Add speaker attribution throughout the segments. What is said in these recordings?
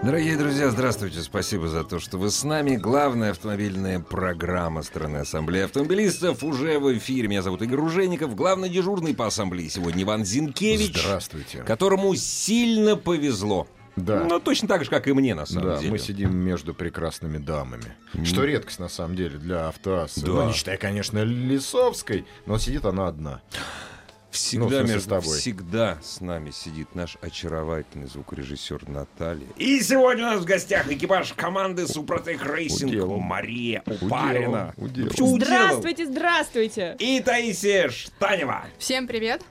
Speaker 1: Дорогие друзья, здравствуйте. Спасибо за то, что вы с нами. Главная автомобильная программа страны Ассамблеи Автомобилистов уже в эфире. Меня зовут Игорь Ружеников. Главный дежурный по Ассамблее сегодня Иван Зинкевич.
Speaker 2: Здравствуйте.
Speaker 1: Которому сильно повезло.
Speaker 2: Да.
Speaker 1: Ну, точно так же, как и мне, на самом
Speaker 2: Да,
Speaker 1: деле.
Speaker 2: мы сидим между прекрасными дамами. Что редкость, на самом деле, для автоассы.
Speaker 1: Да.
Speaker 2: Ну, не считая, конечно, Лисовской, но сидит она одна.
Speaker 1: Всегда,
Speaker 2: Ну, в смысле,
Speaker 1: между-
Speaker 2: с тобой.
Speaker 1: всегда с нами сидит наш очаровательный звукорежиссер Наталья. И сегодня у нас в гостях экипаж команды Супротек Рейсинг
Speaker 2: Уделал.
Speaker 1: Мария Упарина.
Speaker 2: уделал.
Speaker 1: Почему уделал?
Speaker 3: Здравствуйте, здравствуйте!
Speaker 1: И Таисия Штанева.
Speaker 3: Всем привет!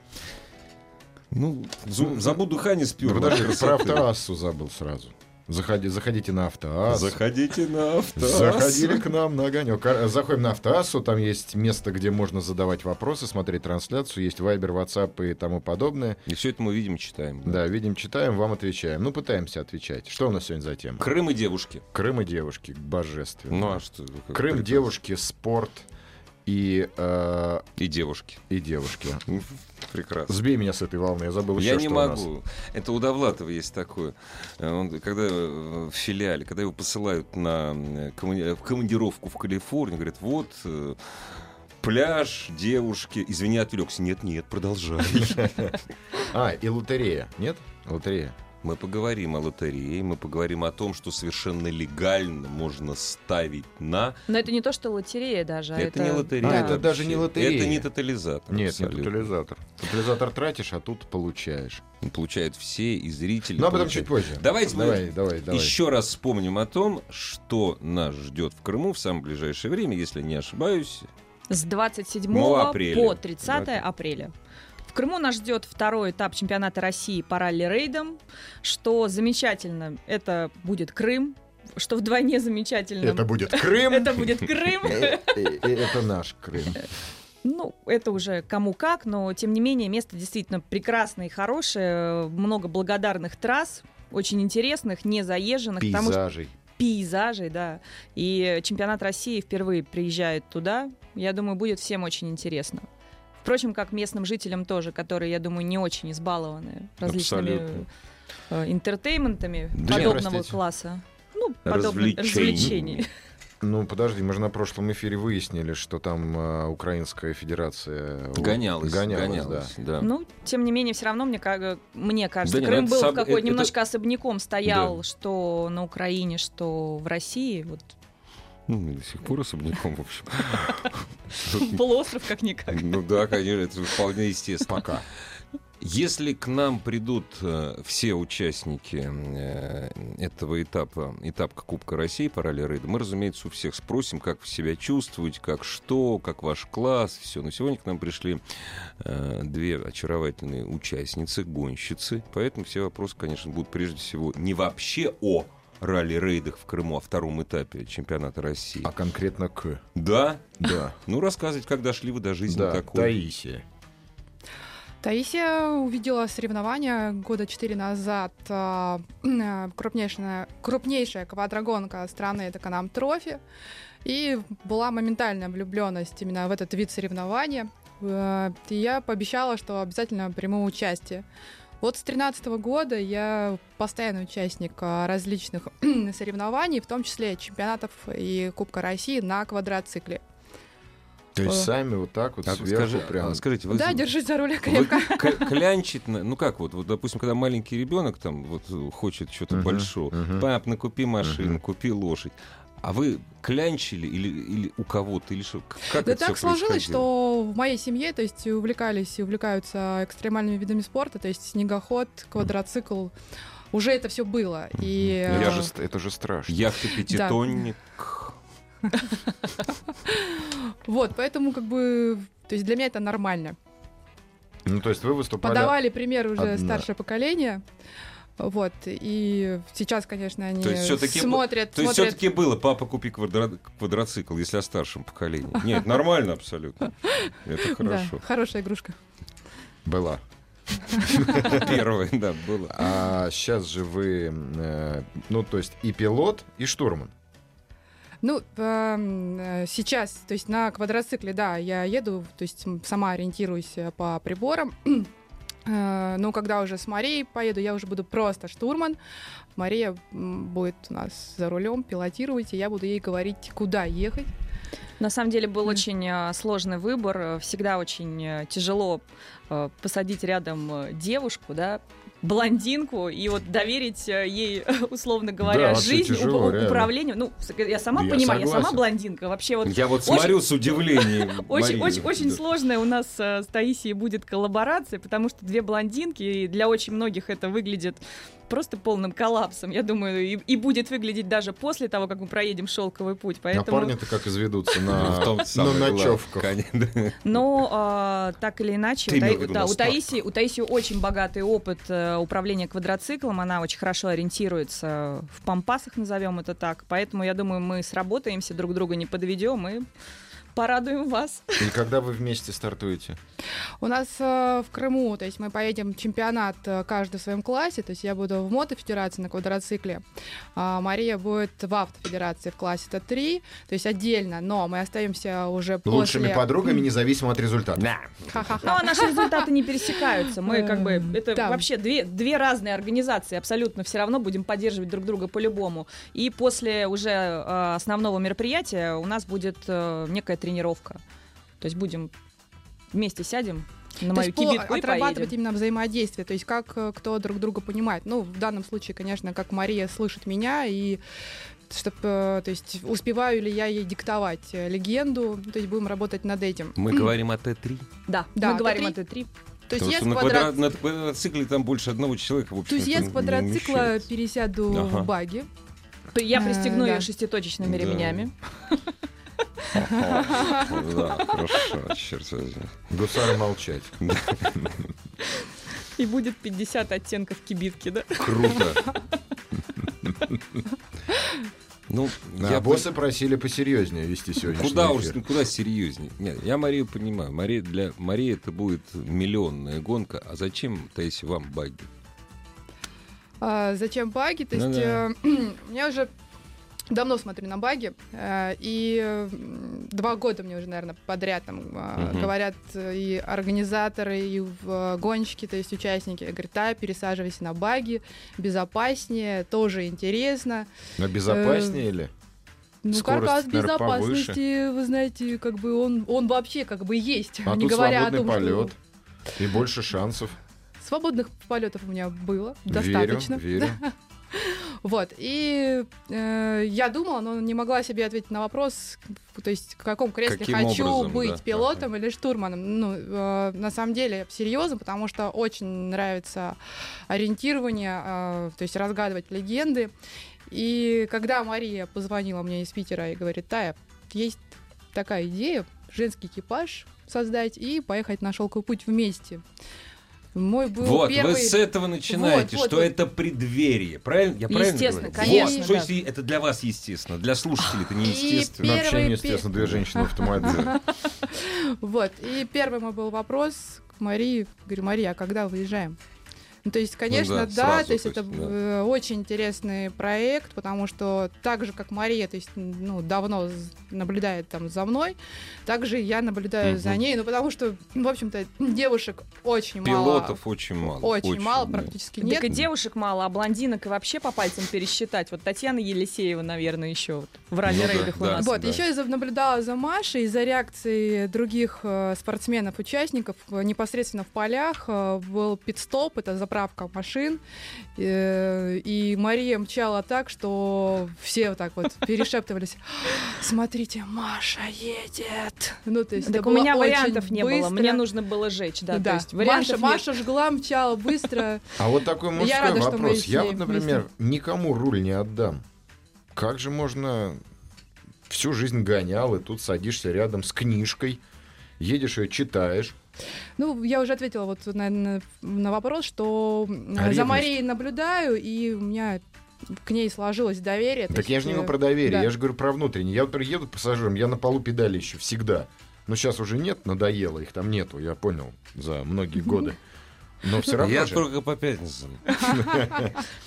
Speaker 1: Ну, зу- забу дыхание спер.
Speaker 2: Ну, подожди, про автоассу забыл сразу. Заходи, заходите на автоассу.
Speaker 1: Заходите на авто.
Speaker 2: Заходили к нам на огонек. А, Заходим на автоассу, там есть место, где можно задавать вопросы, смотреть трансляцию, есть вайбер, ватсап и тому подобное.
Speaker 1: И все это мы видим, читаем.
Speaker 2: Да, видим, читаем, вам отвечаем. Ну, пытаемся отвечать. Что у нас сегодня за тема?
Speaker 1: Крым и девушки.
Speaker 2: Крым и девушки, божественно.
Speaker 1: Ну а что? как
Speaker 2: Крым,
Speaker 1: прекрасно.
Speaker 2: девушки, спорт и, э,
Speaker 1: И девушки.
Speaker 2: и девушки.
Speaker 1: Прекрасно.
Speaker 2: Сбей меня с этой волны, я забыл
Speaker 1: Я
Speaker 2: еще,
Speaker 1: не
Speaker 2: что у нас.
Speaker 1: могу. Это у Довлатова есть такое. Э, Он, когда э, в филиале, когда его посылают на э, коммуни- э, в командировку в Калифорнию, говорят, вот э, пляж, девушки. Извини, отвлекся. Нет, нет, продолжай.
Speaker 2: А, и лотерея, нет? Лотерея.
Speaker 1: Мы поговорим о лотерее, мы поговорим о том, что совершенно легально можно ставить на...
Speaker 3: Но это не то, что лотерея даже, а
Speaker 1: это, не лотерея.
Speaker 2: А, это
Speaker 1: вообще.
Speaker 2: даже не лотерея.
Speaker 1: Это не тотализатор.
Speaker 2: Нет, не
Speaker 1: абсолютно.
Speaker 2: тотализатор. Тотализатор тратишь, а тут получаешь.
Speaker 1: Получают все, и зрители.
Speaker 2: Но об этом
Speaker 1: получают.
Speaker 2: Ну, а чуть позже.
Speaker 1: Давайте мы-
Speaker 2: давай, давай, давай.
Speaker 1: Еще раз вспомним о том, что нас ждет в Крыму в самое ближайшее время, если не ошибаюсь.
Speaker 3: С 27
Speaker 1: Ну, апреля.
Speaker 3: по 30
Speaker 1: Да.
Speaker 3: апреля. В Крыму нас ждет второй этап чемпионата России по ралли-рейдам. Что замечательно, это будет Крым. Что вдвойне замечательно.
Speaker 2: Это будет Крым.
Speaker 3: Это будет Крым.
Speaker 1: Ну.
Speaker 2: Э, э, э, Это наш Крым.
Speaker 3: Ну, это уже кому как, но тем не менее место действительно прекрасное и хорошее. Много благодарных трасс, очень интересных, не заезженных. потому что
Speaker 2: Пейзажей.
Speaker 3: пейзажей, да. И чемпионат России впервые приезжает туда. Я думаю, будет всем очень интересно. Впрочем, как местным жителям тоже, которые, я думаю, не очень избалованы различными
Speaker 1: Абсолютно.
Speaker 3: э, интертейментами
Speaker 1: Да
Speaker 2: нет,
Speaker 3: подобного
Speaker 2: простите.
Speaker 3: класса. Ну, подобных
Speaker 1: Развлечений.
Speaker 3: развлечений.
Speaker 2: Ну, подожди, мы же на прошлом эфире выяснили, что там э, Украинская Федерация... э,
Speaker 1: Гонялась.
Speaker 2: Гонялась, да.
Speaker 1: да.
Speaker 3: Ну, тем не менее, все равно, мне, как, мне
Speaker 1: Да
Speaker 3: кажется,
Speaker 1: не, ну
Speaker 3: Крым
Speaker 1: это
Speaker 3: был
Speaker 1: соб-
Speaker 3: в какой
Speaker 1: это-
Speaker 3: немножко особняком стоял,
Speaker 1: Да.
Speaker 3: что на Украине, что в России. Вот
Speaker 1: Ну, до сих пор особняком, в общем.
Speaker 3: был остров как-никак.
Speaker 1: Ну да, конечно, это вполне естественно.
Speaker 2: Пока.
Speaker 1: Если к нам придут э, все участники э, этого этапа, этапка Кубка России по ралли-рейду, мы, разумеется, у всех спросим, как вы себя чувствуете, как что, как ваш класс, все. Но сегодня к нам пришли э, две очаровательные участницы, гонщицы, поэтому все вопросы, конечно, будут прежде всего не вообще о ралли-рейдах в Крыму, о втором этапе чемпионата России.
Speaker 2: А конкретно к.
Speaker 1: Да?
Speaker 2: Да.
Speaker 1: Ну, рассказывать, как дошли вы до жизни
Speaker 2: Да,
Speaker 1: такой.
Speaker 2: Таисия.
Speaker 4: Таисия увидела соревнования года четыре назад. а, э, Крупнейшая, крупнейшая квадрогонка страны — это Канам Трофи. И была моментальная влюбленность именно в этот вид соревнования. Э, и Я пообещала, что обязательно приму участие. Вот с 13 года я постоянный участник а, различных соревнований, в том числе чемпионатов и Кубка России на квадроцикле.
Speaker 2: То
Speaker 4: Э.
Speaker 2: есть сами вот так вот
Speaker 1: А
Speaker 2: сверху
Speaker 1: скажи-
Speaker 2: прям...
Speaker 1: а скажите, вы
Speaker 4: Да, держись за руль
Speaker 1: Вы
Speaker 4: крепко.
Speaker 1: к- клянчить, на- ну как вот, вот, допустим, когда маленький ребенок там вот э, хочет что-то
Speaker 2: Мгм,
Speaker 1: большого,
Speaker 2: мгм.
Speaker 1: пап, накупи машину,
Speaker 2: Мгм.
Speaker 1: купи лошадь. А вы клянчили или, или у кого-то, или что? Как
Speaker 4: Да
Speaker 1: это всё
Speaker 4: так сложилось,
Speaker 1: происходило?
Speaker 4: что в моей семье, то есть увлекались и увлекаются экстремальными видами спорта, то есть снегоход, квадроцикл, уже это все было. И
Speaker 2: Ну,
Speaker 4: э,
Speaker 2: я же ст- это же страшно.
Speaker 1: Яхта пятитонник.
Speaker 4: вот, поэтому как бы, то есть для меня это нормально.
Speaker 2: Ну, то есть вы выступали...
Speaker 4: Подавали пример уже
Speaker 2: Одна.
Speaker 4: старшее поколение. Вот, и сейчас, конечно, они
Speaker 1: То есть всё-таки бу-
Speaker 4: смотрят...
Speaker 1: То есть
Speaker 4: смотрят-
Speaker 1: все-таки было, папа, купи квадро- квадроцикл, если о старшем поколении. Нет, нормально абсолютно. Это
Speaker 4: Да,
Speaker 1: хорошо.
Speaker 4: хорошая игрушка.
Speaker 2: Была.
Speaker 1: Первое, да, было.
Speaker 2: А сейчас же вы, э, ну, то есть и пилот, и штурман.
Speaker 4: Ну, эм, э, сейчас, то есть на квадроцикле, да, я еду, то есть м, сама ориентируюсь э, по приборам. Э, Но когда уже с Марией поеду, я уже буду просто штурман. Мария м, будет у нас за рулем пилотировать, и я буду ей говорить, куда ехать.
Speaker 3: На самом деле был
Speaker 4: Да.
Speaker 3: очень э, сложный выбор. Э, Всегда очень э, тяжело э, посадить рядом э, девушку, да, блондинку, и вот доверить э, ей, условно говоря,
Speaker 2: Да, вообще
Speaker 3: жизнь, уп-
Speaker 2: тяжело,
Speaker 3: уп-
Speaker 2: реально.
Speaker 3: управлению. Ну, с- я сама
Speaker 2: Я
Speaker 3: понимаю, я сама
Speaker 2: согласен.
Speaker 3: блондинка. Вообще вот
Speaker 1: Я вот
Speaker 3: очень-
Speaker 1: смотрю с удивлением.
Speaker 3: Очень,
Speaker 1: Марию.
Speaker 3: очень, очень
Speaker 1: Да.
Speaker 3: сложная у нас э, с Таисией будет коллаборация, потому что две блондинки, и для очень многих это выглядит просто полным коллапсом, я думаю, и, и будет выглядеть даже после того, как мы проедем шелковый путь. Поэтому...
Speaker 2: А парни-то как изведутся на,
Speaker 1: А, В том
Speaker 2: на
Speaker 1: самое главное.
Speaker 2: ночевках.
Speaker 1: Конечно, да.
Speaker 3: Но а, так или иначе,
Speaker 1: Ты
Speaker 3: у, Таи-
Speaker 1: имел в виду
Speaker 3: да,
Speaker 1: на
Speaker 3: у
Speaker 1: старт.
Speaker 3: Таисии, у Таисии очень богатый опыт э, управления квадроциклом. Она очень хорошо ориентируется в пампасах, назовем это так. Поэтому я думаю, мы сработаемся, друг друга не подведем и порадуем вас.
Speaker 2: И когда вы вместе стартуете?
Speaker 4: У нас э, в Крыму, то есть мы поедем в чемпионат э, каждый в своем классе, то есть я буду в мотофедерации на квадроцикле, а Мария будет в автофедерации в классе Т3, то есть отдельно, но мы остаемся уже после...
Speaker 2: Лучшими подругами, независимо от результата.
Speaker 4: Ха-ха-ха.
Speaker 3: Ну, а наши результаты не пересекаются. Мы как бы...
Speaker 4: Эм,
Speaker 3: Это
Speaker 4: да.
Speaker 3: вообще две, две разные организации. Абсолютно все равно будем поддерживать друг друга по-любому. И после уже э, основного мероприятия у нас будет э, некая тренировка. То есть будем вместе сядем на
Speaker 4: То
Speaker 3: мою
Speaker 4: есть по-
Speaker 3: кибитку и
Speaker 4: отрабатывать
Speaker 3: поедем.
Speaker 4: именно взаимодействие, то есть как э, кто друг друга понимает. Ну, в данном случае, конечно, как Мария слышит меня и чтоб, э, то есть успеваю ли я ей диктовать э, легенду, то есть будем работать над этим.
Speaker 1: Мы говорим о Т3.
Speaker 3: Да,
Speaker 4: Да,
Speaker 3: мы говорим о
Speaker 4: Т3.
Speaker 3: Т3.
Speaker 4: То есть
Speaker 1: Потому
Speaker 4: я
Speaker 1: что
Speaker 4: с
Speaker 1: на,
Speaker 4: квадро-
Speaker 1: квадро- на квадроцикле там больше одного человека, в общем
Speaker 4: То есть я с квадроцикла пересяду
Speaker 1: Ага.
Speaker 4: в баги.
Speaker 3: Я
Speaker 4: Э,
Speaker 3: пристегну ее
Speaker 4: да.
Speaker 3: шеститочечными
Speaker 1: Да.
Speaker 3: ремнями.
Speaker 1: Да, хорошо, черт возьми.
Speaker 2: Гусары молчать.
Speaker 3: И будет 50 оттенков кибитки, да?
Speaker 1: Круто. Ну,
Speaker 2: Да,
Speaker 1: я бы-
Speaker 2: боссы просили посерьезнее вести сегодняшний
Speaker 1: Куда уж,
Speaker 2: эфир.
Speaker 1: ну, куда серьезнее. Нет, я Марию понимаю. Мария, для Марии это будет миллионная гонка. А зачем, Таиси, вам баги?
Speaker 4: А, зачем баги? То
Speaker 1: Ну
Speaker 4: есть
Speaker 1: да.
Speaker 4: э, я уже давно смотрю на баги, э, и э, два года мне уже, наверное, подряд там э,
Speaker 1: Мгм.
Speaker 4: говорят э, и организаторы, и в- э, гонщики, то есть участники, говорят, да, пересаживайся на баги, безопаснее, тоже интересно.
Speaker 2: Но
Speaker 4: Э,
Speaker 2: безопаснее ли?
Speaker 4: Ну,
Speaker 2: Скорость,
Speaker 4: каркас
Speaker 2: наверное, повыше.
Speaker 4: безопасности, вы знаете, как бы он, он вообще как бы есть,
Speaker 2: А
Speaker 4: не
Speaker 2: тут
Speaker 4: говоря о
Speaker 2: свободный
Speaker 4: том,
Speaker 2: полет.
Speaker 4: что
Speaker 2: И больше шансов.
Speaker 4: свободных полетов у меня было
Speaker 2: Верю,
Speaker 4: достаточно.
Speaker 2: верю.
Speaker 4: Вот, и э, я думала, но не могла себе ответить на вопрос, то есть в каком кресле
Speaker 1: Каким
Speaker 4: хочу
Speaker 1: образом,
Speaker 4: быть,
Speaker 1: да.
Speaker 4: пилотом или штурманом. Ну, э, на самом деле, серьезно, потому что очень нравится ориентирование, э, то есть разгадывать легенды. И когда Мария позвонила мне из Питера и говорит, Тая, есть такая идея, женский экипаж создать и поехать на шелковый путь вместе. Мой был
Speaker 1: вот,
Speaker 4: первый...
Speaker 1: вы с этого начинаете,
Speaker 4: Вот, вот,
Speaker 1: что
Speaker 4: вот.
Speaker 1: это преддверие. Правильно? Я правильно
Speaker 3: Естественно,
Speaker 1: говорю?
Speaker 3: конечно,
Speaker 1: Вот, то
Speaker 3: да.
Speaker 1: есть и это для вас естественно, для слушателей это неестественно.
Speaker 4: Первый
Speaker 2: Вообще
Speaker 4: пе-
Speaker 2: неестественно, две женщины в автомобиле.
Speaker 4: Вот. И первый мой был вопрос к Марии. Говорю, Мария, а когда выезжаем? Ну, то есть,
Speaker 1: да,
Speaker 4: конечно, да,
Speaker 1: сразу,
Speaker 4: то есть
Speaker 1: то есть,
Speaker 4: это э, очень интересный проект, потому что так же, как Мария, то есть, ну, давно з- наблюдает там за мной, также я наблюдаю за
Speaker 1: Мгм.
Speaker 4: ней, ну, потому что, в общем-то, девушек очень
Speaker 1: Пилотов очень мало.
Speaker 4: мало. Очень, мало,
Speaker 1: да.
Speaker 4: практически
Speaker 3: Так и
Speaker 4: нет.
Speaker 3: девушек мало, а блондинок и вообще по пальцам пересчитать. Вот Татьяна Елисеева, наверное, еще вот в ралли-рейдах
Speaker 1: Ну да,
Speaker 3: у
Speaker 1: да.
Speaker 3: нас.
Speaker 4: Вот,
Speaker 1: да.
Speaker 4: еще я за- наблюдала за Машей и за реакцией других э, спортсменов-участников э, непосредственно в полях. э, был пит-стоп, это заправка машин. э, и Мария мчала так, что все вот так вот перешептывались. Смотрите, Маша едет. Ну, то есть
Speaker 3: Так
Speaker 4: это
Speaker 3: у
Speaker 4: было
Speaker 3: меня
Speaker 4: очень
Speaker 3: вариантов не было,
Speaker 4: быстро.
Speaker 3: мне нужно было жечь, да,
Speaker 4: Да.
Speaker 3: то есть
Speaker 4: Маша,
Speaker 3: вариантов нет.
Speaker 4: Маша жгла, мчала быстро.
Speaker 2: А вот такой мужской
Speaker 4: рада, что мы
Speaker 2: вопрос.
Speaker 4: с
Speaker 2: Я
Speaker 4: ней
Speaker 2: вот, например, никому руль не отдам. Как же можно... Всю жизнь гонял, и тут садишься рядом с книжкой, едешь ее читаешь,
Speaker 4: Ну, я уже ответила вот, наверное, на вопрос, что
Speaker 2: А
Speaker 4: за
Speaker 2: ревность?
Speaker 4: Марией наблюдаю, и у меня к ней сложилось доверие. то
Speaker 2: Так я
Speaker 4: есть,
Speaker 2: же не
Speaker 4: э,
Speaker 2: ну про доверие,
Speaker 4: да.
Speaker 2: я же говорю про внутреннее. Я, например, еду пассажиром, я на полу педали еще всегда. Но сейчас уже нет, надоело, их там нету, я понял, за многие годы. Но все равно
Speaker 1: Я
Speaker 2: же.
Speaker 1: только по пятницам.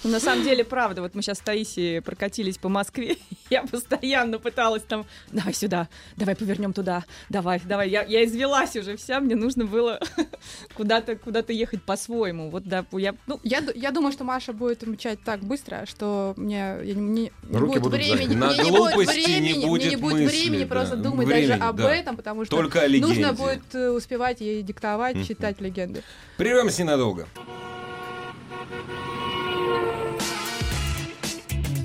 Speaker 3: Ну, На самом деле, правда, вот мы сейчас с Таисией прокатились по Москве, я постоянно пыталась там, давай сюда, давай повернем туда, давай, давай, я, я извелась уже вся, мне нужно было куда-то куда ехать по-своему, вот да, я, ну,
Speaker 4: Я, ду- я думаю, что Маша будет мчать так быстро, что мне я не, не- не
Speaker 2: Руки
Speaker 4: будет
Speaker 2: будут заняты.
Speaker 4: времени,
Speaker 1: На
Speaker 4: мне не будет
Speaker 1: глупости не
Speaker 4: времени, мне
Speaker 1: будет
Speaker 4: не будет
Speaker 1: мысли,
Speaker 4: времени
Speaker 1: да.
Speaker 4: просто думать
Speaker 1: Времени,
Speaker 4: даже об
Speaker 1: да.
Speaker 4: этом, потому что
Speaker 1: Только о легенде.
Speaker 4: нужно будет э, успевать ей диктовать,
Speaker 1: Мгм.
Speaker 4: читать легенды.
Speaker 1: Прервемся ненадолго.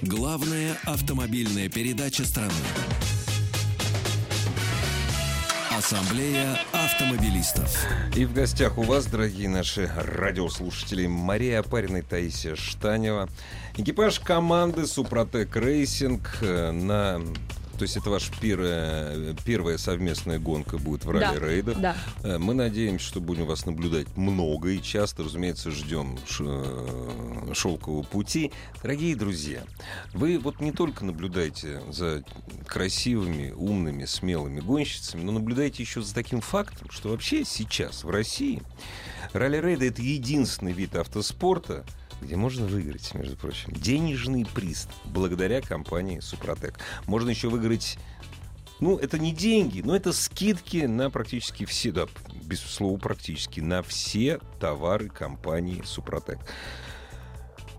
Speaker 5: Главная автомобильная передача страны. Ассамблея автомобилистов.
Speaker 1: И в гостях у вас, дорогие наши радиослушатели, Мария Апарина и Таисия Штанева. Экипаж команды «Супротек Рейсинг» э, на... То есть это ваша первая, первая совместная гонка будет в
Speaker 3: Да,
Speaker 1: ралли-рейдах.
Speaker 3: да.
Speaker 1: Э, Мы надеемся, что будем вас наблюдать много и часто, разумеется, ждем ш- э, шелкового пути. Дорогие друзья, вы вот не только наблюдаете за красивыми, умными, смелыми гонщицами, но наблюдаете еще за таким фактом, что вообще сейчас в России ралли-рейды это единственный вид автоспорта, где можно выиграть, между прочим, денежный приз благодаря компании Супротек. Можно еще выиграть ну, это не деньги, но это скидки на практически все, да, без слова практически, на все товары компании Супротек.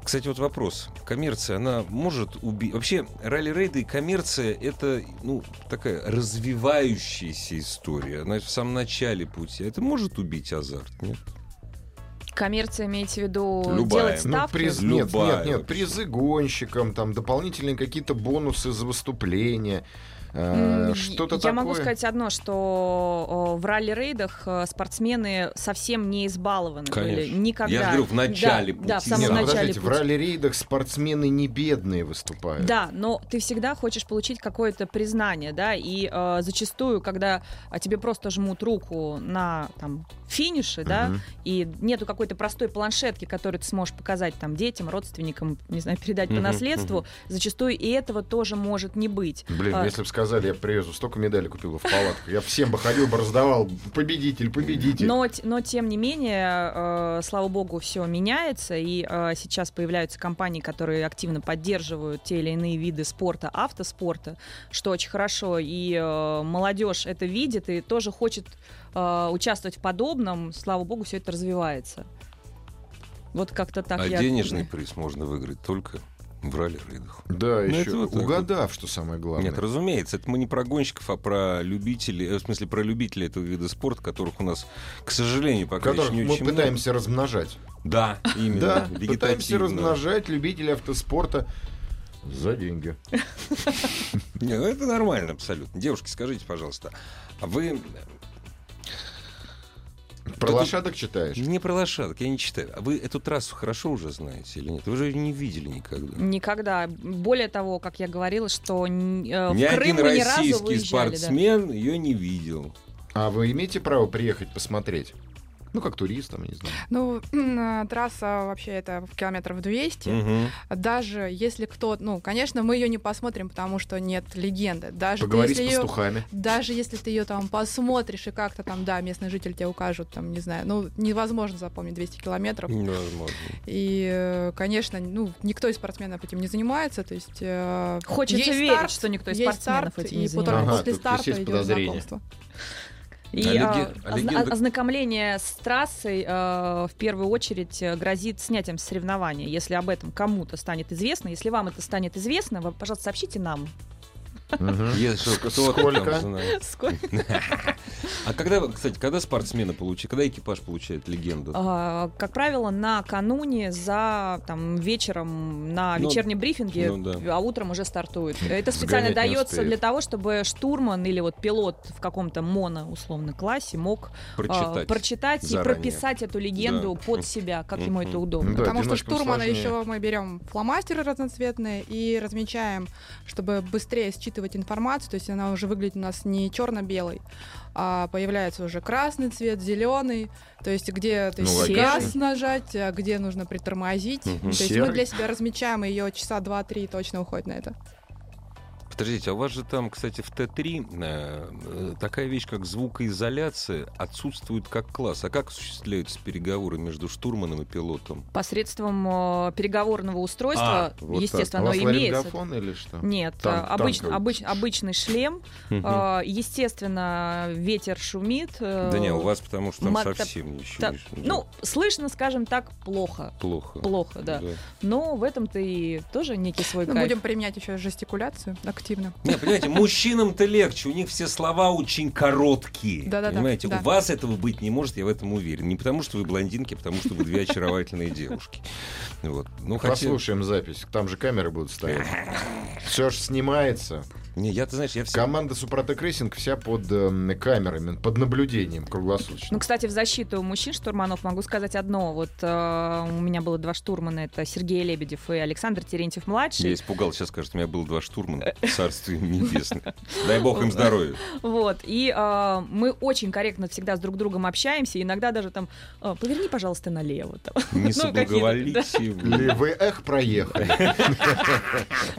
Speaker 1: Кстати, вот вопрос. Коммерция, она может убить... Вообще, ралли-рейды и коммерция — это, ну, такая развивающаяся история. Она в самом начале пути. А Это может убить азарт, нет?
Speaker 3: коммерция имеете в виду
Speaker 1: Любая.
Speaker 3: делать
Speaker 1: Ну,
Speaker 3: ставки?
Speaker 2: приз- нет,
Speaker 1: Любая
Speaker 2: нет, нет,
Speaker 1: вообще.
Speaker 2: призы гонщикам, там дополнительные какие-то бонусы за выступление, э,
Speaker 3: М,
Speaker 2: что-то
Speaker 3: я
Speaker 2: такое.
Speaker 3: могу сказать одно, что э, в ралли-рейдах э, спортсмены совсем не избалованы были.
Speaker 1: Конечно.
Speaker 3: Никогда.
Speaker 1: Я же говорю, в начале
Speaker 3: да, Да, в
Speaker 1: пути.
Speaker 3: самом
Speaker 2: Нет,
Speaker 1: ну,
Speaker 3: начале
Speaker 2: подождите, в
Speaker 3: пути.
Speaker 2: ралли-рейдах спортсмены не бедные выступают.
Speaker 3: Да, но ты всегда хочешь получить какое-то признание, да, и э, зачастую, когда а, тебе просто жмут руку на там финише, да,
Speaker 2: Мгм.
Speaker 3: и нету какой-то простой планшетки, которую ты сможешь показать там детям, родственникам, не знаю, передать по
Speaker 1: Мгм,
Speaker 3: наследству, зачастую и этого тоже может не быть.
Speaker 2: Блин,
Speaker 3: А.
Speaker 2: если бы сказали, я привезу, столько медалей купила в палатках, я всем бы ходил бы раздавал, победитель, победитель.
Speaker 3: Но, т- но тем не менее, э, слава богу, все меняется, и э, сейчас появляются компании, которые активно поддерживают те или иные виды спорта, автоспорта, что очень хорошо, и э, молодежь это видит и тоже хочет э, участвовать в подобном, слава богу, все это развивается. Вот как-то так
Speaker 1: а
Speaker 3: я...
Speaker 1: денежный приз можно выиграть только в ралли-рейдах.
Speaker 2: Да,
Speaker 1: Ну,
Speaker 2: еще
Speaker 1: это вот так
Speaker 2: угадав, что самое главное.
Speaker 1: Нет, разумеется, это мы не про гонщиков, а про любителей, э, в смысле, про любителей этого вида спорта, которых у нас, к сожалению, пока
Speaker 2: которых
Speaker 1: еще не
Speaker 2: мы
Speaker 1: очень много.
Speaker 2: пытаемся размножать.
Speaker 1: Да, именно.
Speaker 2: Да, пытаемся
Speaker 1: вегетативно.
Speaker 2: размножать любителей автоспорта за деньги.
Speaker 1: Не, ну это нормально абсолютно. Девушки, скажите, пожалуйста, а вы
Speaker 2: Про
Speaker 1: Ты тут-
Speaker 2: лошадок читаешь?
Speaker 1: не про лошадок, я не читаю. А вы эту трассу хорошо уже знаете или нет? Вы же ее не видели никогда.
Speaker 3: Никогда. Более того, как я говорила, что н- э,
Speaker 1: Ни
Speaker 3: в Крым
Speaker 1: один
Speaker 3: мы ни разу
Speaker 1: российский
Speaker 3: выезжали. да.
Speaker 1: спортсмен ее не видел.
Speaker 2: А вы имеете право приехать посмотреть? Ну, как турист, там, я не знаю.
Speaker 4: Ну, э, трасса вообще это в километров 200.
Speaker 1: Мгм.
Speaker 4: Даже если кто... Ну, конечно, мы ее не посмотрим, потому что нет легенды. Даже ты,
Speaker 2: Поговорить с
Speaker 4: если её-
Speaker 2: пастухами.
Speaker 4: Даже если ты ее там посмотришь и как-то там, да, местные жители тебе укажут, там, не знаю, ну, невозможно запомнить 200 километров.
Speaker 1: Невозможно.
Speaker 4: И, э, конечно, ну, никто из спортсменов этим не занимается, то есть... э,
Speaker 3: Хочется
Speaker 4: есть
Speaker 3: верить,
Speaker 4: старт,
Speaker 3: что никто из
Speaker 4: есть
Speaker 3: спортсменов
Speaker 4: старт,
Speaker 3: этим не
Speaker 4: и потом
Speaker 3: занимается.
Speaker 2: Ага,
Speaker 4: после
Speaker 2: тут
Speaker 4: старта
Speaker 2: есть
Speaker 4: идет
Speaker 2: подозрение.
Speaker 4: знакомство.
Speaker 3: И
Speaker 1: А
Speaker 3: а,
Speaker 1: леге- а
Speaker 3: озна-
Speaker 1: легенда-
Speaker 3: ознакомление с трассой э, в первую очередь э, грозит снятием соревнования, если об этом кому-то станет известно. Если вам это станет известно, вы, пожалуйста, сообщите нам.
Speaker 2: Мгм.
Speaker 1: Если
Speaker 2: Ск-
Speaker 1: кто-то там
Speaker 2: сколько?
Speaker 1: знает. А когда, кстати, когда спортсмены получают, когда экипаж получает легенду?
Speaker 3: Э, Как правило, накануне за там, вечером на
Speaker 1: Ну,
Speaker 3: вечернем брифинге,
Speaker 1: ну да.
Speaker 3: а утром уже стартует. Это
Speaker 2: Сгонять
Speaker 3: специально
Speaker 2: не
Speaker 3: дается
Speaker 2: успеет.
Speaker 3: для того, чтобы штурман или вот пилот в каком-то моно условно классе мог э,
Speaker 1: Прочитать.
Speaker 3: прочитать и
Speaker 1: заранее.
Speaker 3: прописать эту легенду
Speaker 1: Да.
Speaker 3: под себя, как ему это
Speaker 1: Мгм.
Speaker 3: удобно.
Speaker 2: Да,
Speaker 4: Потому что
Speaker 2: одиночкам
Speaker 4: штурмана
Speaker 2: сложнее.
Speaker 4: еще мы берем фломастеры разноцветные и размечаем, чтобы быстрее считывать информацию, то есть она уже выглядит у нас не черно-белой, а появляется уже красный цвет, зеленый, то есть где то
Speaker 2: Ну,
Speaker 4: есть,
Speaker 3: логично.
Speaker 4: газ нажать, а где нужно притормозить.
Speaker 1: Мгм.
Speaker 4: То есть
Speaker 2: Серый.
Speaker 4: мы для себя размечаем ее часа 2-3 точно уходит на это.
Speaker 1: Подождите, а у вас же там, кстати, в Т3 э, э, такая вещь, как звукоизоляция, отсутствует как класс. А как осуществляются переговоры между штурманом и пилотом?
Speaker 3: Посредством э, переговорного устройства,
Speaker 2: Вот
Speaker 3: естественно,
Speaker 2: так. А
Speaker 3: оно
Speaker 2: У вас
Speaker 3: имеется.
Speaker 2: ларингофон или что?
Speaker 3: Нет,
Speaker 2: Там-
Speaker 3: э, обыч-
Speaker 2: танковый.
Speaker 3: обыч- обычный шлем.
Speaker 1: Мгм.
Speaker 3: Э, Естественно, ветер шумит. э,
Speaker 1: Да не, у вас потому что там
Speaker 3: мак-
Speaker 1: совсем ничего
Speaker 3: та-
Speaker 1: не шумит.
Speaker 3: Ну, слышно, скажем так, плохо.
Speaker 1: плохо.
Speaker 3: Плохо, да. Но в этом-то и тоже некий свой
Speaker 4: Ну,
Speaker 3: кайф.
Speaker 4: будем применять еще жестикуляцию активно.
Speaker 1: Не, понимаете, мужчинам-то легче, у них все слова очень короткие.
Speaker 4: Да-да-да,
Speaker 1: Понимаете,
Speaker 4: да.
Speaker 1: у вас этого быть не может, я в этом уверен. Не потому что вы блондинки, а потому что вы две очаровательные девушки. Вот. Ну, хотя...
Speaker 2: Послушаем запись. Там же камеры будут стоять. Все же снимается.
Speaker 1: Не, я, ты знаешь, я всегда...
Speaker 2: Команда Супротек Рейсинг вся под эм, камерами, под наблюдением
Speaker 3: Ну,
Speaker 2: круглосуточно.
Speaker 3: кстати, в защиту мужчин штурманов могу сказать одно. Вот э, у меня было два штурмана, это Сергей Лебедев и Александр Терентьев младший.
Speaker 1: Я испугал, сейчас скажут, у меня было два штурмана,
Speaker 3: Э.
Speaker 1: царство им небесное. Дай бог
Speaker 3: Ну
Speaker 1: им здоровья.
Speaker 3: Вот и э, мы очень корректно всегда с друг другом общаемся. Иногда даже там э, поверни, пожалуйста, налево. там.
Speaker 1: Не
Speaker 3: Ну, какие-то,
Speaker 1: соблаговолите.
Speaker 2: Ли вы эх проехали?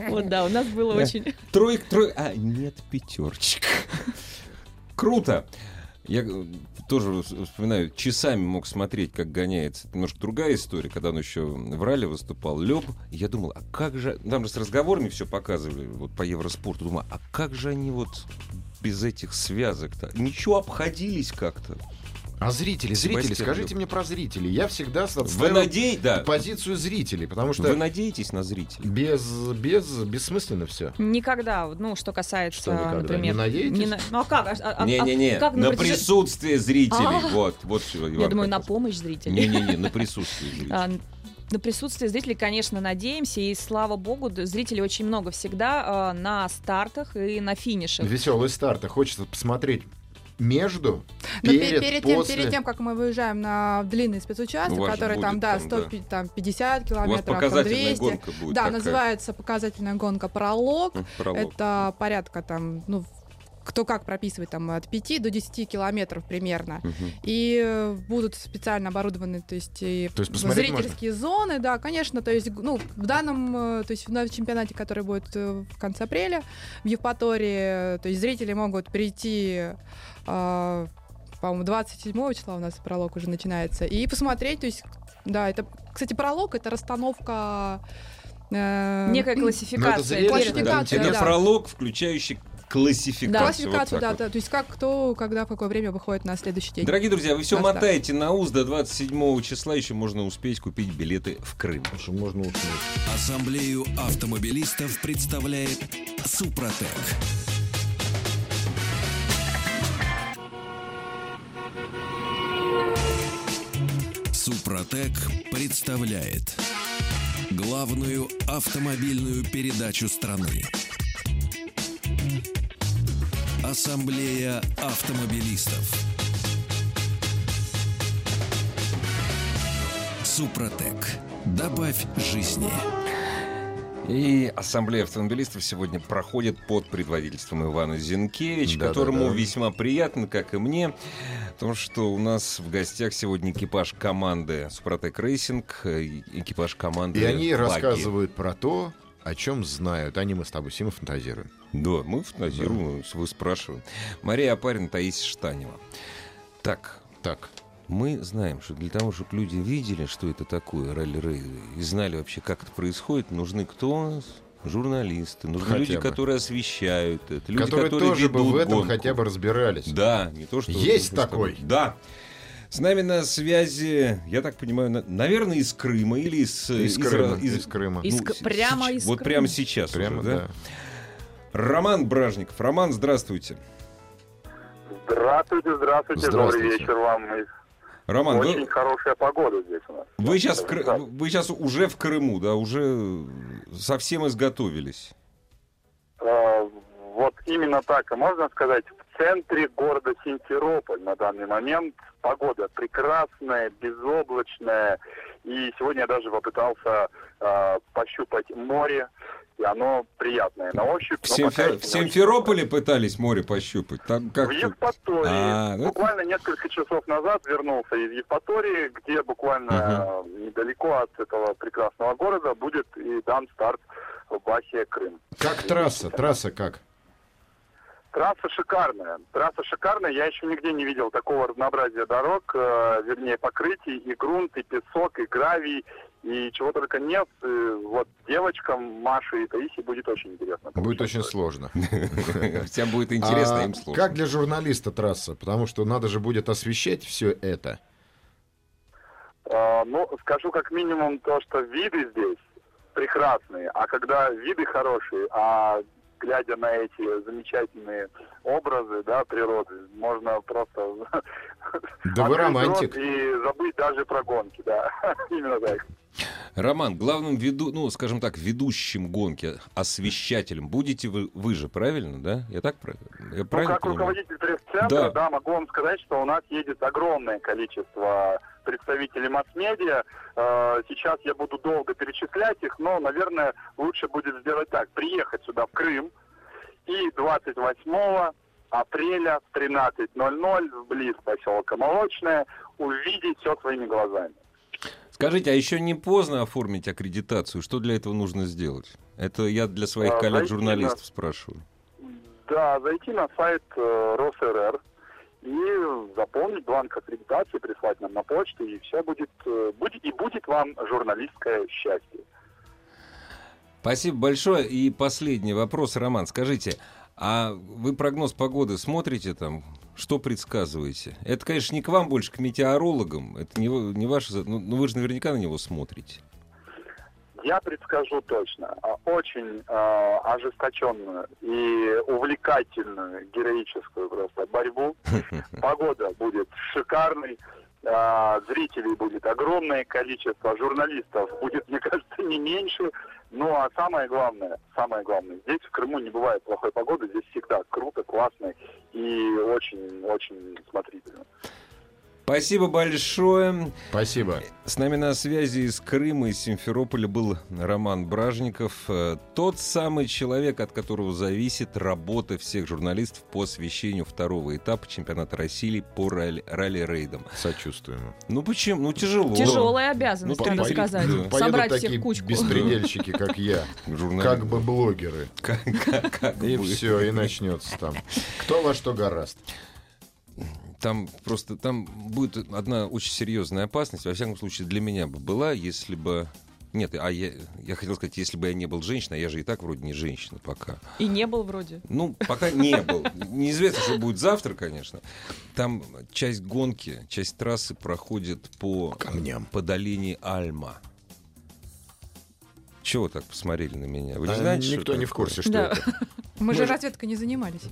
Speaker 3: Вот да, у нас было
Speaker 1: Да.
Speaker 3: очень.
Speaker 1: Троек, троек, а нет пятерочек. Круто. Я э, тоже вспоминаю, часами мог смотреть, как гоняется. Это немножко другая история, когда он еще в ралли выступал, Леб. Я думал, а как же... Нам же с разговорами все показывали, вот по Евроспорту. Думаю, а как же они вот без этих связок-то? Ничего, обходились как-то.
Speaker 2: А зрители, зрители,
Speaker 1: Себастьян
Speaker 2: скажите
Speaker 1: Люк.
Speaker 2: мне про зрителей. Я всегда
Speaker 1: Вы
Speaker 2: отстаивал
Speaker 1: надеетесь, да.
Speaker 2: позицию зрителей, потому
Speaker 1: Вы
Speaker 2: что
Speaker 1: надеетесь на зрителей?
Speaker 2: без, без, бессмысленно все.
Speaker 3: Никогда, ну, что касается,
Speaker 2: Что никогда?
Speaker 3: например...
Speaker 2: Не надеетесь?
Speaker 3: на- Ну, а как? А- а- а-
Speaker 1: Не-не-не,
Speaker 3: как
Speaker 1: на
Speaker 3: протяжении-
Speaker 1: присутствие зрителей.
Speaker 3: А.
Speaker 1: Вот, вот чего
Speaker 3: Я
Speaker 1: Иван
Speaker 3: думаю, на
Speaker 1: хотел сказать.
Speaker 3: помощь зрителей.
Speaker 1: Не-не-не, на присутствие зрителей.
Speaker 3: А, На присутствие зрителей, конечно, надеемся. И слава богу, д- зрителей очень много всегда а, на стартах и на финишах.
Speaker 2: Веселый старт. а Хочется посмотреть между,
Speaker 4: Но Ну, пе-
Speaker 2: перед,
Speaker 4: перед, тем,
Speaker 2: после.
Speaker 4: перед тем, как мы выезжаем на длинный
Speaker 1: У
Speaker 4: спецучасток,
Speaker 1: вас же
Speaker 4: который там,
Speaker 1: будет
Speaker 4: да,
Speaker 1: там,
Speaker 4: 150
Speaker 1: У вас
Speaker 4: километров, там
Speaker 1: показательная
Speaker 4: 200.
Speaker 1: гонка будет.
Speaker 4: да,
Speaker 1: такая.
Speaker 4: называется показательная гонка пролог.
Speaker 1: М, пролог.
Speaker 4: Это порядка там, ну, кто как прописывает, там от 5 до 10 километров примерно.
Speaker 1: Мгм.
Speaker 4: И э, будут специально оборудованы, то есть, и
Speaker 2: То есть посмотреть
Speaker 4: зрительские зоны, да, конечно, то есть, ну, в данном, э, то есть, на чемпионате, который будет э, в конце апреля в Евпатории, э, то есть, зрители могут прийти, э, по-моему, 27 числа у нас пролог уже начинается, и посмотреть, то есть, да, это, кстати, пролог — это расстановка... э,
Speaker 3: Некая
Speaker 2: Ну,
Speaker 3: классификация.
Speaker 2: зрелище,
Speaker 3: Перед-
Speaker 4: да. Классификация,
Speaker 1: Это
Speaker 4: да.
Speaker 1: пролог, включающий классификацию.
Speaker 4: Да,
Speaker 1: Вот
Speaker 4: классификацию,
Speaker 1: так
Speaker 4: да,
Speaker 1: вот.
Speaker 4: да, то есть как кто, когда, в какое время выходит на следующий день.
Speaker 1: Дорогие друзья, вы все
Speaker 4: Как так?
Speaker 1: мотаете на ус до 27 числа, еще можно успеть купить билеты в Крым.
Speaker 2: Потому что можно уснуть.
Speaker 5: Ассамблею автомобилистов представляет Супротек. Супротек представляет главную автомобильную передачу страны. Ассамблея автомобилистов. Супротек. Добавь жизни.
Speaker 1: И Ассамблея автомобилистов сегодня проходит под предводительством Ивана Зинкевич,
Speaker 2: Да-да-да.
Speaker 1: которому весьма приятно, как и мне, потому что у нас в гостях сегодня экипаж команды Супротек Рейсинг, э, экипаж команды
Speaker 2: И они
Speaker 1: «Баги».
Speaker 2: рассказывают про то, о чем знают. Они мы с тобой Сима фантазируем.
Speaker 1: Да, мы фантазируем, вы спрашиваем. Мария Апарин, Таисия Штанева. Так,
Speaker 2: Так,
Speaker 1: мы знаем, что для того, чтобы люди видели, что это такое ралли-рейды, и знали вообще, как это происходит, нужны кто? Журналисты, нужны
Speaker 2: Хотя
Speaker 1: люди,
Speaker 2: бы.
Speaker 1: которые освещают это, люди,
Speaker 2: которые,
Speaker 1: которые,
Speaker 2: тоже бы
Speaker 1: ведут
Speaker 2: в этом
Speaker 1: гонку.
Speaker 2: хотя бы разбирались.
Speaker 1: Да, не то, что...
Speaker 2: Есть
Speaker 1: не то, что-
Speaker 2: такой.
Speaker 1: Да. С нами на связи, я так понимаю, на- наверное, из Крыма или из... э,
Speaker 2: Из,
Speaker 1: из
Speaker 2: Крыма,
Speaker 1: Ра-
Speaker 2: из,
Speaker 1: из- Ну,
Speaker 2: Крыма.
Speaker 3: Из К-
Speaker 1: с-
Speaker 3: прямо
Speaker 1: сеч-
Speaker 3: из
Speaker 1: Вот
Speaker 3: Крыма.
Speaker 1: прямо сейчас
Speaker 2: Прямо,
Speaker 1: уже, да?
Speaker 2: да.
Speaker 1: Роман Бражников. Роман, здравствуйте.
Speaker 6: Здравствуйте, здравствуйте,
Speaker 2: Здравствуйте.
Speaker 6: добрый вечер вам. И
Speaker 1: Роман, вы-
Speaker 6: Очень хорошая погода здесь у нас.
Speaker 1: Вы сейчас, в Кры-
Speaker 6: Да.
Speaker 1: вы сейчас уже в Крыму, да, уже совсем изготовились.
Speaker 6: Э, Вот именно так, и можно сказать, в центре города Симферополь на данный момент погода прекрасная, безоблачная. И сегодня я даже попытался э, пощупать а, море. и оно приятное на ощупь.
Speaker 1: В,
Speaker 6: но
Speaker 1: Симфе-
Speaker 6: Ну, пока еще
Speaker 1: в
Speaker 6: не
Speaker 1: Симферополе пытались море пощупать. Там
Speaker 6: В
Speaker 1: как
Speaker 6: Евпатории.
Speaker 1: А, ну,
Speaker 6: Буквально несколько часов назад вернулся из Евпатории, где буквально э, недалеко от этого прекрасного города будет и дан старт в Бахе Крым.
Speaker 2: Как трасса? Трасса как?
Speaker 6: Трасса шикарная. Трасса шикарная. Я еще нигде не видел такого разнообразия дорог, э, вернее покрытий, и грунт, и песок, и гравий, и чего только нет. Э, вот девочкам Маше и Таисе будет очень интересно.
Speaker 2: Будет очень сложно.
Speaker 1: Всем будет интересно,
Speaker 2: А
Speaker 1: им сложно.
Speaker 2: Как для журналиста трасса? Потому что надо же будет освещать все это.
Speaker 6: Э, Ну, скажу как минимум то, что виды здесь прекрасные, а когда виды хорошие, а глядя на эти замечательные образы, да, природы, можно просто
Speaker 2: Да вы
Speaker 6: открыть
Speaker 2: романтик.
Speaker 6: рот и забыть даже про гонки, да, именно так.
Speaker 1: Роман, главным веду, ну, скажем так, ведущим гонки, освещателем будете вы, вы же, правильно, да? Я так прав- я
Speaker 6: Ну,
Speaker 1: Э, правильно
Speaker 6: как
Speaker 1: понимаю?
Speaker 6: руководитель пресс-центра,
Speaker 1: Да.
Speaker 6: да. могу вам сказать, что у нас едет огромное количество представителей масс-медиа. Э, Сейчас я буду долго перечислять их, но, наверное, лучше будет сделать так. Приехать сюда, в Крым, и 28 апреля в 13.00 вблизи поселка Молочная увидеть все своими глазами.
Speaker 1: Скажите, а еще не поздно оформить аккредитацию? Что для этого нужно сделать? Это я для
Speaker 6: А,
Speaker 1: своих
Speaker 6: зайти
Speaker 1: коллег-журналистов спрашиваю.
Speaker 6: Да, зайти на сайт э, РосРР и заполнить бланк аккредитации, прислать нам на почту, и все будет, э, будет и будет вам журналистское счастье.
Speaker 1: Спасибо большое. И последний вопрос, Роман. Скажите, а вы прогноз погоды смотрите там? Что предсказываете? Это, конечно, не к вам больше, к метеорологам. Это не, вы- не ваше... за- Ну, ну, вы же наверняка на него смотрите.
Speaker 6: Я предскажу точно а, очень э, ожесточенную и увлекательную героическую просто борьбу. Погода будет шикарной, а, зрителей будет огромное количество, журналистов будет, мне кажется, не меньше. Ну а самое главное, самое главное, здесь в Крыму не бывает плохой погоды, здесь всегда круто, классно и очень-очень смотрительно.
Speaker 1: Спасибо большое.
Speaker 2: Спасибо.
Speaker 1: С нами на связи из Крыма, из Симферополя был Роман Бражников. Э, Тот самый человек, от которого зависит работа всех журналистов по освещению второго этапа чемпионата России по ралли- ралли-рейдам.
Speaker 2: Сочувствуем.
Speaker 1: Ну почему? Ну тяжело.
Speaker 3: Тяжелая обязанность,
Speaker 1: Ну,
Speaker 3: надо
Speaker 1: поедет-
Speaker 3: сказать.
Speaker 1: да.
Speaker 3: Собрать
Speaker 2: Поедут
Speaker 3: всех
Speaker 2: такие
Speaker 3: в кучку.
Speaker 2: беспредельщики, как я.
Speaker 1: Журнали-
Speaker 2: Как бы блогеры.
Speaker 1: Как, как- как
Speaker 2: И
Speaker 1: бы.
Speaker 2: все, и начнется там. Кто во что гораст.
Speaker 1: Там просто там будет одна очень серьезная опасность. Во всяком случае, для меня бы была, если бы. Нет, а я, я хотел сказать, если бы я не был женщиной, а я же и так вроде не женщина пока.
Speaker 3: И не был вроде.
Speaker 1: Ну, пока не был. Неизвестно, что будет завтра, конечно. Там часть гонки, часть трассы проходит по
Speaker 2: Камням.
Speaker 1: по долине Альма. Чего вы так посмотрели на меня? Вы не
Speaker 2: А
Speaker 1: знаете, что
Speaker 2: Никто
Speaker 1: это
Speaker 2: не в
Speaker 1: такое?
Speaker 2: курсе, что
Speaker 3: Да.
Speaker 2: это.
Speaker 4: Мы же разведкой не занимались.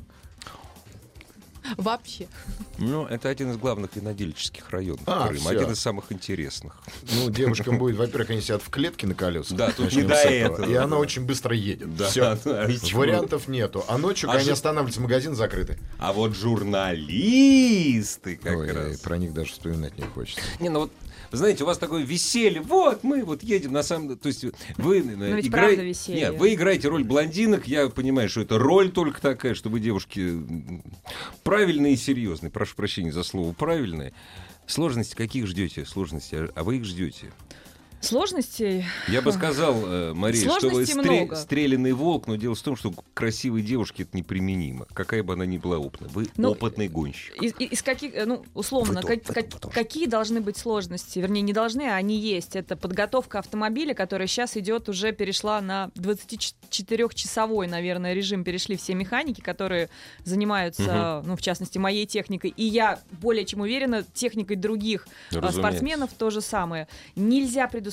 Speaker 4: Вообще.
Speaker 1: Ну, это один из главных винодельческих районов
Speaker 2: А,
Speaker 1: Крыма,
Speaker 2: всё.
Speaker 1: один из самых интересных.
Speaker 2: Ну, девушкам будет, во-первых, они сидят в клетке на колесах.
Speaker 1: Да, тут
Speaker 2: Начнем
Speaker 1: не до
Speaker 2: с
Speaker 1: этого,
Speaker 2: И
Speaker 1: да.
Speaker 2: она очень быстро едет.
Speaker 1: Да,
Speaker 2: Всё.
Speaker 1: да, и чего?
Speaker 2: Вариантов нету. А ночью,
Speaker 1: А
Speaker 2: когда они
Speaker 1: жи-
Speaker 2: останавливаются, магазин закрытый.
Speaker 1: А вот журналисты как
Speaker 2: Ой,
Speaker 1: раз.
Speaker 2: про них даже вспоминать не хочется.
Speaker 1: Не, ну вот, вы знаете, у вас такое веселье. Вот мы вот едем на самом деле. То есть вы э,
Speaker 3: ведь
Speaker 1: играй-
Speaker 3: правда веселье.
Speaker 1: Нет, вы играете роль блондинок. Я понимаю, что это роль только такая, что вы девушки м, правильные и серьезные. Прошу прощения за слово правильные. Сложности каких ждете? Сложности, а- а вы их ждете?
Speaker 3: Сложностей
Speaker 1: Я бы сказал, э, Мария, что вы
Speaker 3: Сложностей
Speaker 1: стре-
Speaker 3: много.
Speaker 1: стрелянный волк, но дело в том, что к красивой девушке это неприменимо. Какая бы она ни была опытна. Вы
Speaker 3: Ну,
Speaker 1: опытный гонщик.
Speaker 3: Из, и- из каких, э, ну, условно,
Speaker 1: Вы то-
Speaker 3: как-
Speaker 1: вы
Speaker 3: как-
Speaker 1: то- потому что-
Speaker 3: какие должны быть сложности? Вернее, не должны, а они есть. Это подготовка автомобиля, которая сейчас идет, уже перешла на 24-часовой, наверное, режим. Перешли все механики, которые занимаются, ну, в частности, моей техникой. И я более чем уверена, техникой других э,
Speaker 1: Разумеется.
Speaker 3: спортсменов то же самое. Нельзя предусмотреть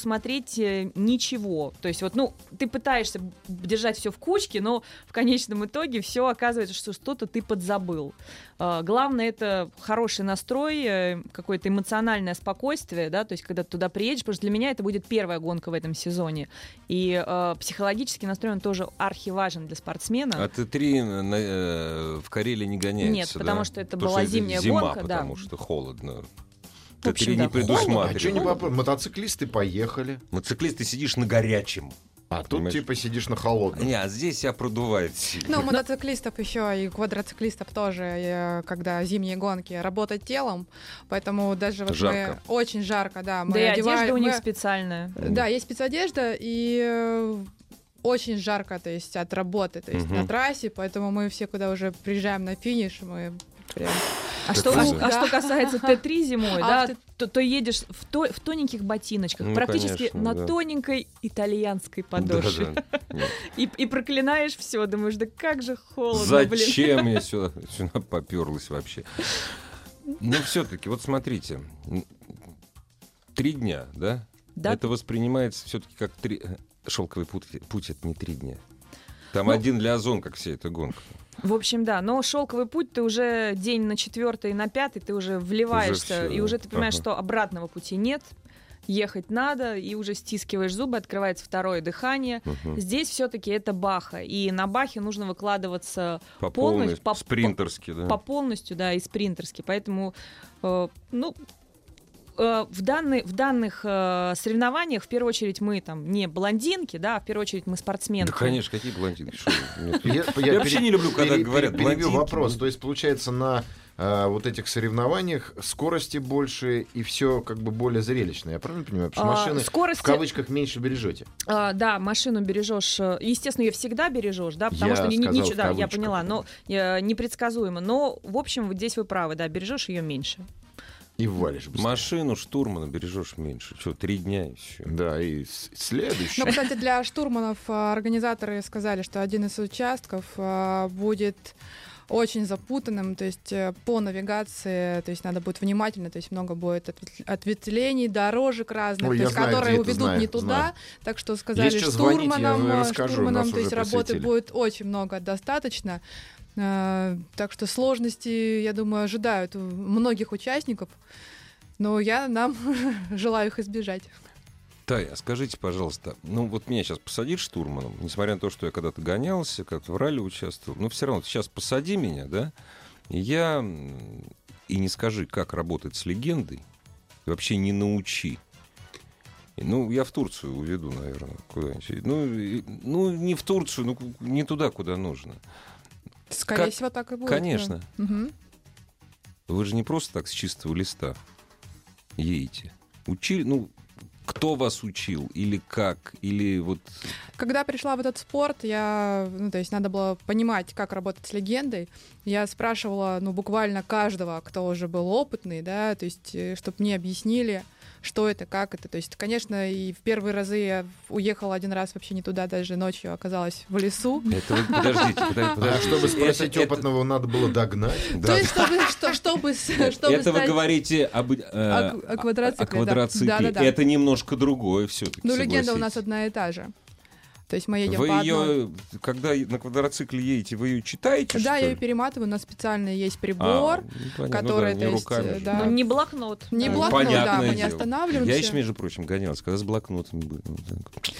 Speaker 3: э, ничего. То есть вот, ну, ты пытаешься б- держать все в кучке, но в конечном итоге все оказывается, что что-то ты подзабыл. А, Главное это хороший настрой, э, какое-то эмоциональное спокойствие, да, то есть когда ты туда приедешь, потому что для меня это будет первая гонка в этом сезоне. И э, психологический настрой он тоже архиважен для спортсмена.
Speaker 1: А Т3 на- э, в Карелии не гоняется,
Speaker 3: Нет, потому что это была зимняя
Speaker 1: зима,
Speaker 3: гонка, да.
Speaker 1: потому что холодно.
Speaker 3: В общем,
Speaker 1: Т3 не
Speaker 3: да,
Speaker 2: А
Speaker 3: холодно.
Speaker 1: предусматривает.
Speaker 2: что не попро- Мотоциклисты поехали.
Speaker 1: Мотоциклист, ты сидишь на горячем.
Speaker 2: А тут
Speaker 1: Понимаешь?
Speaker 2: типа сидишь на холодном.
Speaker 1: Не, а здесь я продувает сильно.
Speaker 4: Ну, мотоциклистов еще и квадроциклистов тоже, э, когда зимние гонки, работать телом, поэтому даже вот
Speaker 1: Жарко. Эм.
Speaker 4: мы очень жарко, да, мы
Speaker 3: да и
Speaker 4: одеваем-
Speaker 3: одежда у них
Speaker 4: мы-
Speaker 3: специальная.
Speaker 4: Да, есть спецодежда, и э, очень жарко, то есть от работы, то есть
Speaker 1: Мгм.
Speaker 4: на трассе, поэтому мы все, куда уже приезжаем на финиш, мы прям...
Speaker 3: А
Speaker 2: Так
Speaker 3: что, а-
Speaker 2: круто.
Speaker 3: а, что касается Т3 зимой, да,
Speaker 4: А вот
Speaker 3: то, то едешь в, то- в тоненьких ботиночках,
Speaker 1: Ну,
Speaker 3: практически
Speaker 1: конечно,
Speaker 3: на
Speaker 1: да.
Speaker 3: тоненькой итальянской подошве.
Speaker 1: Да, да. Нет.
Speaker 3: И, и проклинаешь все, думаешь, да как же холодно, блин.
Speaker 1: Зачем я сюда, сюда поперлась вообще? Но все-таки, вот смотрите, м, три дня, да?
Speaker 3: Да.
Speaker 1: Это воспринимается все-таки как три... Шелковый путь, путь это не три дня. Там
Speaker 3: Ну-
Speaker 1: один лиазон, как вся эта гонка.
Speaker 3: В общем, да, но шелковый путь ты уже день на четвертый и на пятый, ты уже вливаешься,
Speaker 1: всё,
Speaker 3: и
Speaker 1: да.
Speaker 3: уже ты понимаешь,
Speaker 1: Ага.
Speaker 3: что обратного пути нет, ехать надо, и уже стискиваешь зубы, открывается второе дыхание.
Speaker 1: Мгм.
Speaker 3: Здесь все-таки это баха, и на бахе нужно выкладываться
Speaker 1: По
Speaker 3: Полностью,
Speaker 1: полной,
Speaker 3: по-
Speaker 1: спринтерски, да.
Speaker 3: по полностью, да, и спринтерски. Поэтому, э, ну, э, в, данный- в данных э, соревнованиях, в первую очередь, мы там не блондинки, да, а в первую очередь мы спортсменки.
Speaker 1: Да, конечно, какие блондинки? Шо вы? Нет.
Speaker 2: Я,
Speaker 1: Я вообще не люблю, когда говорят
Speaker 2: Перебью
Speaker 1: блондинки. ну.
Speaker 2: вопрос. То есть, получается, на а, вот этих соревнованиях скорости больше и все как бы более зрелищно. Я правильно понимаю? Потому
Speaker 3: А,
Speaker 2: что машины в
Speaker 3: скорости-
Speaker 2: кавычках меньше бережете.
Speaker 3: А, да, машину бережешь, э, естественно, ее всегда бережешь, да, потому
Speaker 2: Я
Speaker 3: что ни- ни-
Speaker 2: сказал
Speaker 3: ничего-
Speaker 2: в
Speaker 3: да, я
Speaker 2: кавычках.
Speaker 3: поняла, но э, непредсказуемо. Но, в общем, вот здесь вы правы, да, бережешь ее меньше.
Speaker 2: И валишь быстрее.
Speaker 1: Машину штурмана бережешь меньше. Что, три дня еще?
Speaker 2: Да, и с- следующий.
Speaker 4: Ну, кстати, для штурманов а, организаторы сказали, что один из участков а, будет очень запутанным, то есть э, по навигации, то есть надо будет внимательно, то есть много будет ответ- ответвлений, дорожек разных,
Speaker 2: Ой,
Speaker 4: то
Speaker 2: я
Speaker 4: есть,
Speaker 2: знаю,
Speaker 4: которые
Speaker 2: где это,
Speaker 4: уведут
Speaker 2: знаю,
Speaker 4: не туда,
Speaker 2: знаю.
Speaker 4: так что сказали
Speaker 2: Есть что звонить, я
Speaker 4: штурманам, э,
Speaker 2: расскажу,
Speaker 4: штурманам,
Speaker 2: нас
Speaker 4: то есть
Speaker 2: уже
Speaker 4: работы
Speaker 2: просветили.
Speaker 4: будет очень много, достаточно. Э, Так что сложности, я думаю, ожидают у многих участников, но я нам желаю их избежать.
Speaker 1: Тая, а скажите, пожалуйста, ну вот меня сейчас посадит штурманом, несмотря на то, что я когда-то гонялся, как-то в ралли участвовал, но все равно сейчас посади меня, да, и я м, и не скажи, как работать с легендой, и вообще не научи. И, Ну, я в Турцию уведу, наверное, куда-нибудь. Ну, и- ну, не в Турцию, ну, к- не туда, куда нужно.
Speaker 4: Скорее
Speaker 1: Как-
Speaker 4: всего, так и будет. да.
Speaker 1: Конечно.
Speaker 4: Мгм.
Speaker 1: Вы же не просто так с чистого листа едете. Учили, ну, кто вас учил, или как, или вот...
Speaker 4: Когда пришла в этот спорт, я, ну, то есть надо было понимать, как работать с легендой. Я спрашивала, ну, буквально каждого, кто уже был опытный, да, то есть, чтобы мне объяснили, что это, как это. То есть, конечно, и в первые разы я уехала один раз вообще не туда, даже ночью оказалась в лесу.
Speaker 1: Это вы- подождите, подождите,
Speaker 2: А
Speaker 1: подождите.
Speaker 2: чтобы спросить
Speaker 1: Это- это-
Speaker 2: опытного, надо было догнать.
Speaker 1: да.
Speaker 4: То есть, чтобы, что- чтобы, с- чтобы
Speaker 1: это вы
Speaker 4: стать-
Speaker 1: говорите об, э,
Speaker 4: О к- о
Speaker 1: о
Speaker 4: квадроцикле, да.
Speaker 1: квадроцикле.
Speaker 4: Да-да-да.
Speaker 1: Это немножко другое все-таки.
Speaker 4: Ну, легенда у нас одна и та же. То есть мы едем
Speaker 1: Вы
Speaker 4: по одной.
Speaker 1: ее, когда на квадроцикле едете, вы ее читаете?
Speaker 4: Да,
Speaker 1: что
Speaker 4: я ее
Speaker 1: ли?
Speaker 4: перематываю, у нас специально есть
Speaker 1: А,
Speaker 4: прибор.
Speaker 1: ну, понятно, да,
Speaker 4: который, то
Speaker 1: не
Speaker 4: есть,
Speaker 1: руками же,
Speaker 4: да.
Speaker 3: Ну, не блокнот.
Speaker 4: Не
Speaker 1: Ну,
Speaker 4: блокнот, да,
Speaker 1: понятное
Speaker 4: мы не
Speaker 1: дело.
Speaker 4: останавливаемся.
Speaker 1: Я еще, между прочим, гонялся, когда с блокнотом был. Ну, так.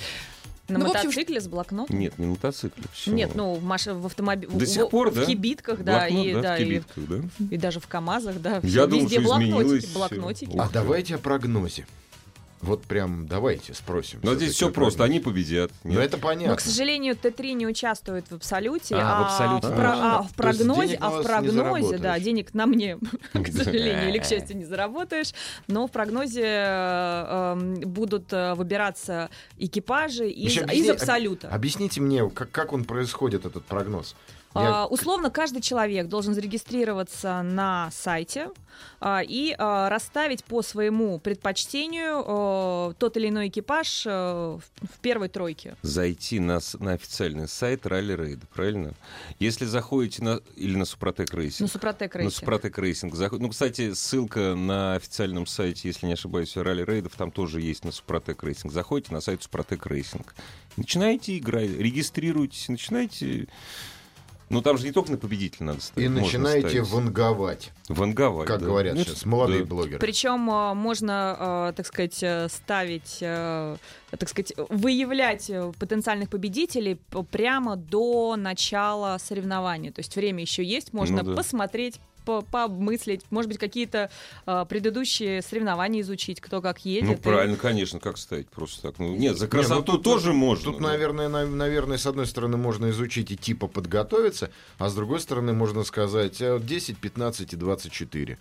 Speaker 3: На
Speaker 4: Ну, в общем,
Speaker 3: мотоцикле с блокнотом?
Speaker 1: Нет, не на мотоцикле. всё.
Speaker 3: Нет, ну, в, маш... в автомобиле.
Speaker 1: До сих пор,
Speaker 3: в
Speaker 1: да?
Speaker 3: кибитках, да,
Speaker 1: Блокнот,
Speaker 3: и,
Speaker 1: да, в
Speaker 3: да, и,
Speaker 1: кибитках, да?
Speaker 3: и даже в КАМАЗах, да.
Speaker 1: Я
Speaker 3: всё-
Speaker 1: думал,
Speaker 3: везде
Speaker 1: что изменилось э,
Speaker 3: блокнотики,
Speaker 1: всё.
Speaker 3: блокнотики.
Speaker 1: Ух
Speaker 2: А
Speaker 1: ты.
Speaker 2: давайте о прогнозе. Вот прям давайте спросим.
Speaker 1: Но Ну, здесь
Speaker 2: всё-таки
Speaker 1: все
Speaker 2: о
Speaker 1: просто,
Speaker 2: прогнозе.
Speaker 1: они победят.
Speaker 2: Ну
Speaker 1: Нет?
Speaker 2: это
Speaker 3: Но, к
Speaker 2: понятно.
Speaker 3: сожалению, Т3 не участвует в абсолюте,
Speaker 1: А,
Speaker 3: а,
Speaker 1: в абсолюте,
Speaker 3: в, про-
Speaker 2: да.
Speaker 3: а в
Speaker 2: То есть денег
Speaker 3: прогнозе,
Speaker 2: у
Speaker 3: а в
Speaker 2: вас не
Speaker 3: прогнозе, да,
Speaker 2: заработаешь.
Speaker 3: денег на мне, к сожалению, или к счастью, не заработаешь. Но в прогнозе э, эм, будут э, выбираться экипажи из,
Speaker 2: Вообще,
Speaker 3: из
Speaker 2: объясни-
Speaker 3: абсолюта.
Speaker 2: Объясните мне, как, как он происходит, этот прогноз? Я-
Speaker 3: А, Условно каждый человек должен зарегистрироваться на сайте а, и а, расставить по своему предпочтению э, тот или иной экипаж э, в в первой тройке.
Speaker 1: зайти на, с- на официальный сайт Ралли Рейда, правильно? Если заходите на... Или на Супротек
Speaker 3: На
Speaker 1: Рейсинг.
Speaker 3: Ну, Супротек
Speaker 1: На
Speaker 3: Рейсинг.
Speaker 1: Ну, Супротек Рейсинг. заход- Ну, кстати, ссылка на официальном сайте, если не ошибаюсь, Ралли Рейдов, там тоже есть на Супротек Рейсинг. Заходите на сайт Супротек Рейсинг. Начинайте играть, регистрируйтесь, начинайте... Ну, там же не только на победителя надо ставить.
Speaker 2: И
Speaker 1: можно
Speaker 2: начинаете
Speaker 1: ставить.
Speaker 2: ванговать,
Speaker 1: ванговать.
Speaker 2: как
Speaker 1: да.
Speaker 2: говорят
Speaker 1: Ну,
Speaker 2: сейчас, молодые
Speaker 1: да.
Speaker 2: блогеры.
Speaker 3: Причем э, можно, э, так сказать, э, ставить, э, так сказать, выявлять э, потенциальных победителей п- прямо до начала соревнований. То есть время еще есть, можно
Speaker 1: Ну да.
Speaker 3: посмотреть, по- пообмыслить, может быть, какие-то а, предыдущие соревнования изучить, кто как едет.
Speaker 1: Ну,
Speaker 3: и-
Speaker 1: правильно, конечно, как ставить просто так. Ну, нет, за
Speaker 2: Не, ну,
Speaker 1: красоту
Speaker 2: тут-
Speaker 1: тоже можно.
Speaker 2: Тут,
Speaker 1: Ну да.
Speaker 2: наверное, на- наверное, с одной стороны, можно изучить и типа подготовиться, а с другой стороны, можно сказать э, 10, 15 и 24.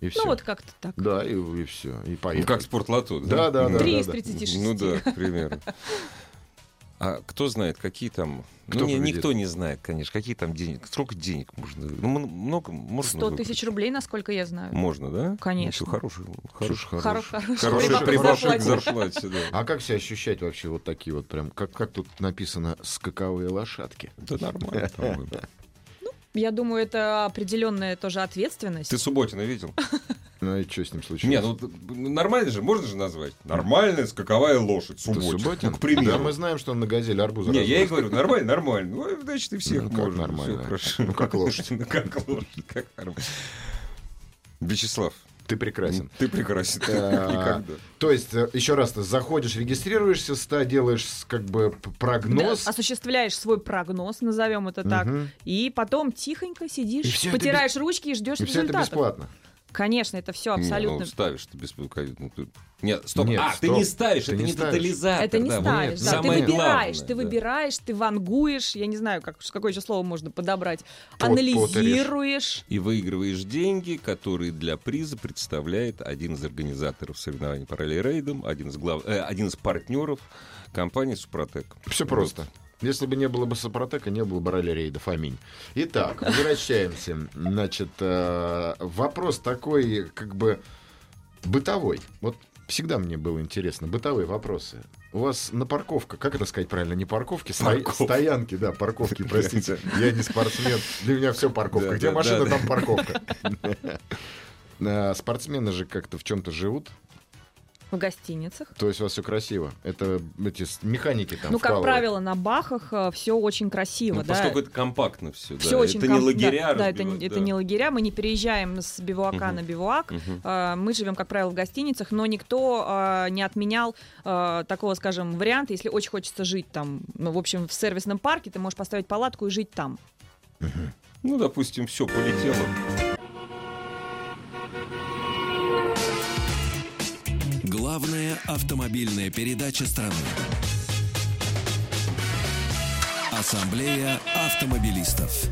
Speaker 2: И все.
Speaker 3: Ну, вот как-то так.
Speaker 2: Да, и, все. И
Speaker 1: Ну,
Speaker 2: поехали.
Speaker 1: как спортлото.
Speaker 2: Да, да, да.
Speaker 3: Три
Speaker 2: да,
Speaker 3: из
Speaker 2: да.
Speaker 3: 36.
Speaker 1: Ну да, примерно. А кто знает, какие там...
Speaker 2: Кто
Speaker 1: ну, не-
Speaker 2: победит?
Speaker 1: никто не знает, конечно, какие там денег. Сколько денег можно... вы- Ну, м- много можно
Speaker 3: 100
Speaker 1: выбрать?
Speaker 3: тысяч рублей, насколько я знаю.
Speaker 1: Можно, да? Ну, всё,
Speaker 3: Конечно.
Speaker 1: хороший, хороший,
Speaker 2: Слушай,
Speaker 3: Хоро-
Speaker 2: хорош.
Speaker 3: хороший
Speaker 1: хороший
Speaker 2: Хороший
Speaker 1: прибавок
Speaker 3: зарплате.
Speaker 1: к зарплате, да.
Speaker 2: А как себя ощущать вообще вот такие вот прям, как, как тут написано, скаковые лошадки?
Speaker 1: Да нормально. там выбор.
Speaker 3: Я думаю, это определенная тоже ответственность.
Speaker 1: Ты Субботина видел?
Speaker 2: Ну и что с ним случилось?
Speaker 1: Не, ну т- нормально же, можно же назвать. Нормальная скаковая лошадь,
Speaker 2: Это
Speaker 1: Субботина.
Speaker 2: Субботин?
Speaker 1: Ну, к примеру.
Speaker 2: Да, мы знаем, что он на газели арбуз
Speaker 1: Не, я и
Speaker 2: развозит.
Speaker 1: говорю, нормально, нормально. Ну, значит, и всех
Speaker 2: Ну, как
Speaker 1: можно.
Speaker 2: нормально?
Speaker 1: всё хорошо.
Speaker 2: Ну, как лошадь.
Speaker 1: Ну, как лошадь, как нормально. Вячеслав,
Speaker 2: Ты прекрасен.
Speaker 1: ты прекрасен. как
Speaker 2: А,
Speaker 1: Никогда.
Speaker 2: То есть, э, еще раз, ты заходишь, регистрируешься, ста, делаешь с- как бы п- прогноз.
Speaker 3: Да, осуществляешь свой прогноз, назовем это так,
Speaker 2: Мгм.
Speaker 3: и потом тихонько
Speaker 2: И
Speaker 3: сидишь,
Speaker 2: всё это
Speaker 3: потираешь ручки и ждешь
Speaker 2: И все это
Speaker 3: результатов.
Speaker 2: бесплатно.
Speaker 3: Конечно, это все
Speaker 1: Не,
Speaker 3: абсолютно.
Speaker 1: ну, ставишь ты без ну, ты- Нет, стоп.
Speaker 2: Нет,
Speaker 1: а, ты
Speaker 2: стоп.
Speaker 1: не ставишь,
Speaker 2: Ты
Speaker 1: это
Speaker 2: не
Speaker 1: не
Speaker 2: ставишь.
Speaker 1: тотализатор.
Speaker 3: это не
Speaker 1: да, вот
Speaker 3: ставишь,
Speaker 1: это
Speaker 3: да.
Speaker 1: самое
Speaker 3: ты выбираешь,
Speaker 1: главное,
Speaker 3: ты
Speaker 1: да.
Speaker 3: выбираешь, ты вангуешь, я не знаю, как, какое еще слово можно подобрать,
Speaker 2: Пот-
Speaker 3: анализируешь.
Speaker 1: И выигрываешь деньги, которые для приза представляет один из организаторов соревнований по ралли-рейдам, один из, глав... э, один из партнеров компании «Супротек».
Speaker 2: Все просто. Если бы не было бы Сопротека, не было бы ралли-рейдов. Аминь. Итак, возвращаемся. Значит, э, вопрос такой, как бы, бытовой. Вот всегда мне было интересно, бытовые вопросы. У вас на парковка, как это сказать правильно, не парковки, ста-
Speaker 1: Парков.
Speaker 2: стоянки, да, парковки, простите. Я не спортсмен, для меня все парковка.
Speaker 1: Да,
Speaker 2: Где
Speaker 1: да,
Speaker 2: машина,
Speaker 1: да, да.
Speaker 2: там парковка. А Спортсмены же как-то в чем-то живут,
Speaker 3: В гостиницах.
Speaker 2: то есть у вас все красиво. Это эти с- механики там
Speaker 3: ну, как
Speaker 2: вкалывают.
Speaker 3: правило, на бахах все очень красиво,
Speaker 1: Ну,
Speaker 3: да.
Speaker 1: поскольку это компактно все, да.
Speaker 3: Всё очень
Speaker 1: это не
Speaker 3: ком-
Speaker 1: лагеря
Speaker 3: Да, да, это, не-
Speaker 1: разбивать,
Speaker 3: это
Speaker 1: да.
Speaker 3: не лагеря. Мы не переезжаем с бивуака
Speaker 1: Мгм.
Speaker 3: на бивуак.
Speaker 1: Мгм.
Speaker 3: Э, Мы живем, как правило, в гостиницах, но никто э, не отменял э, такого, скажем, варианта, если очень хочется жить там. Ну, в общем, в сервисном парке ты можешь поставить палатку и жить там.
Speaker 1: Ну, допустим, все полетело.
Speaker 5: Главная автомобильная передача страны. Ассамблея автомобилистов.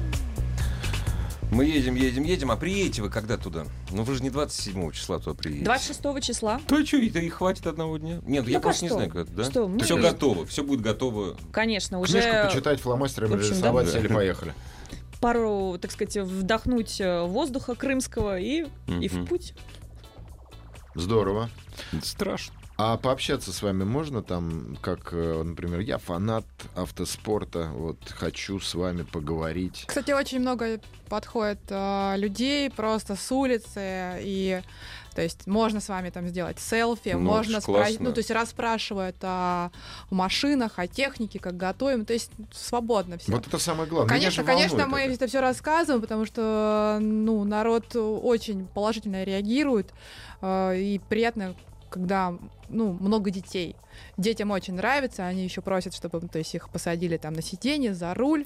Speaker 1: Мы едем, едем, едем, а приедете вы когда туда? Ну, вы же не 27 числа туда приедете.
Speaker 3: 26 числа,
Speaker 1: То что, и, да и хватит одного дня? Нет, я
Speaker 3: Ну,
Speaker 1: просто
Speaker 3: а
Speaker 1: не
Speaker 3: что?
Speaker 1: знаю, когда, да?
Speaker 3: Что, мы
Speaker 1: все
Speaker 3: же-
Speaker 1: готово, все будет готово.
Speaker 3: конечно, уже
Speaker 2: Книжку почитать, фломастерами
Speaker 3: в общем, да.
Speaker 2: рисовать,
Speaker 1: Да.
Speaker 2: сели, поехали.
Speaker 3: пару, так сказать, вдохнуть э, воздуха крымского и, и
Speaker 1: Мгм.
Speaker 3: в путь.
Speaker 2: Здорово.
Speaker 1: Страшно.
Speaker 2: А пообщаться с вами можно там, как, э, например, я фанат автоспорта, вот хочу с вами поговорить.
Speaker 4: Кстати, очень много подходит э, людей просто с улицы, и то есть можно с вами там сделать селфи,
Speaker 1: Ну,
Speaker 4: можно
Speaker 1: это ж классно.
Speaker 4: спра- ну то есть расспрашивают о машинах, о технике, как готовим, то есть свободно все.
Speaker 2: Вот это самое главное. Меня
Speaker 4: Конечно,
Speaker 2: же
Speaker 4: конечно, мы
Speaker 2: волнует это.
Speaker 4: это все рассказываем, потому что ну, народ очень положительно реагирует, э, и приятно, когда ну, много детей. Детям очень нравится, они еще просят, чтобы то есть, их посадили там на сиденье, за руль.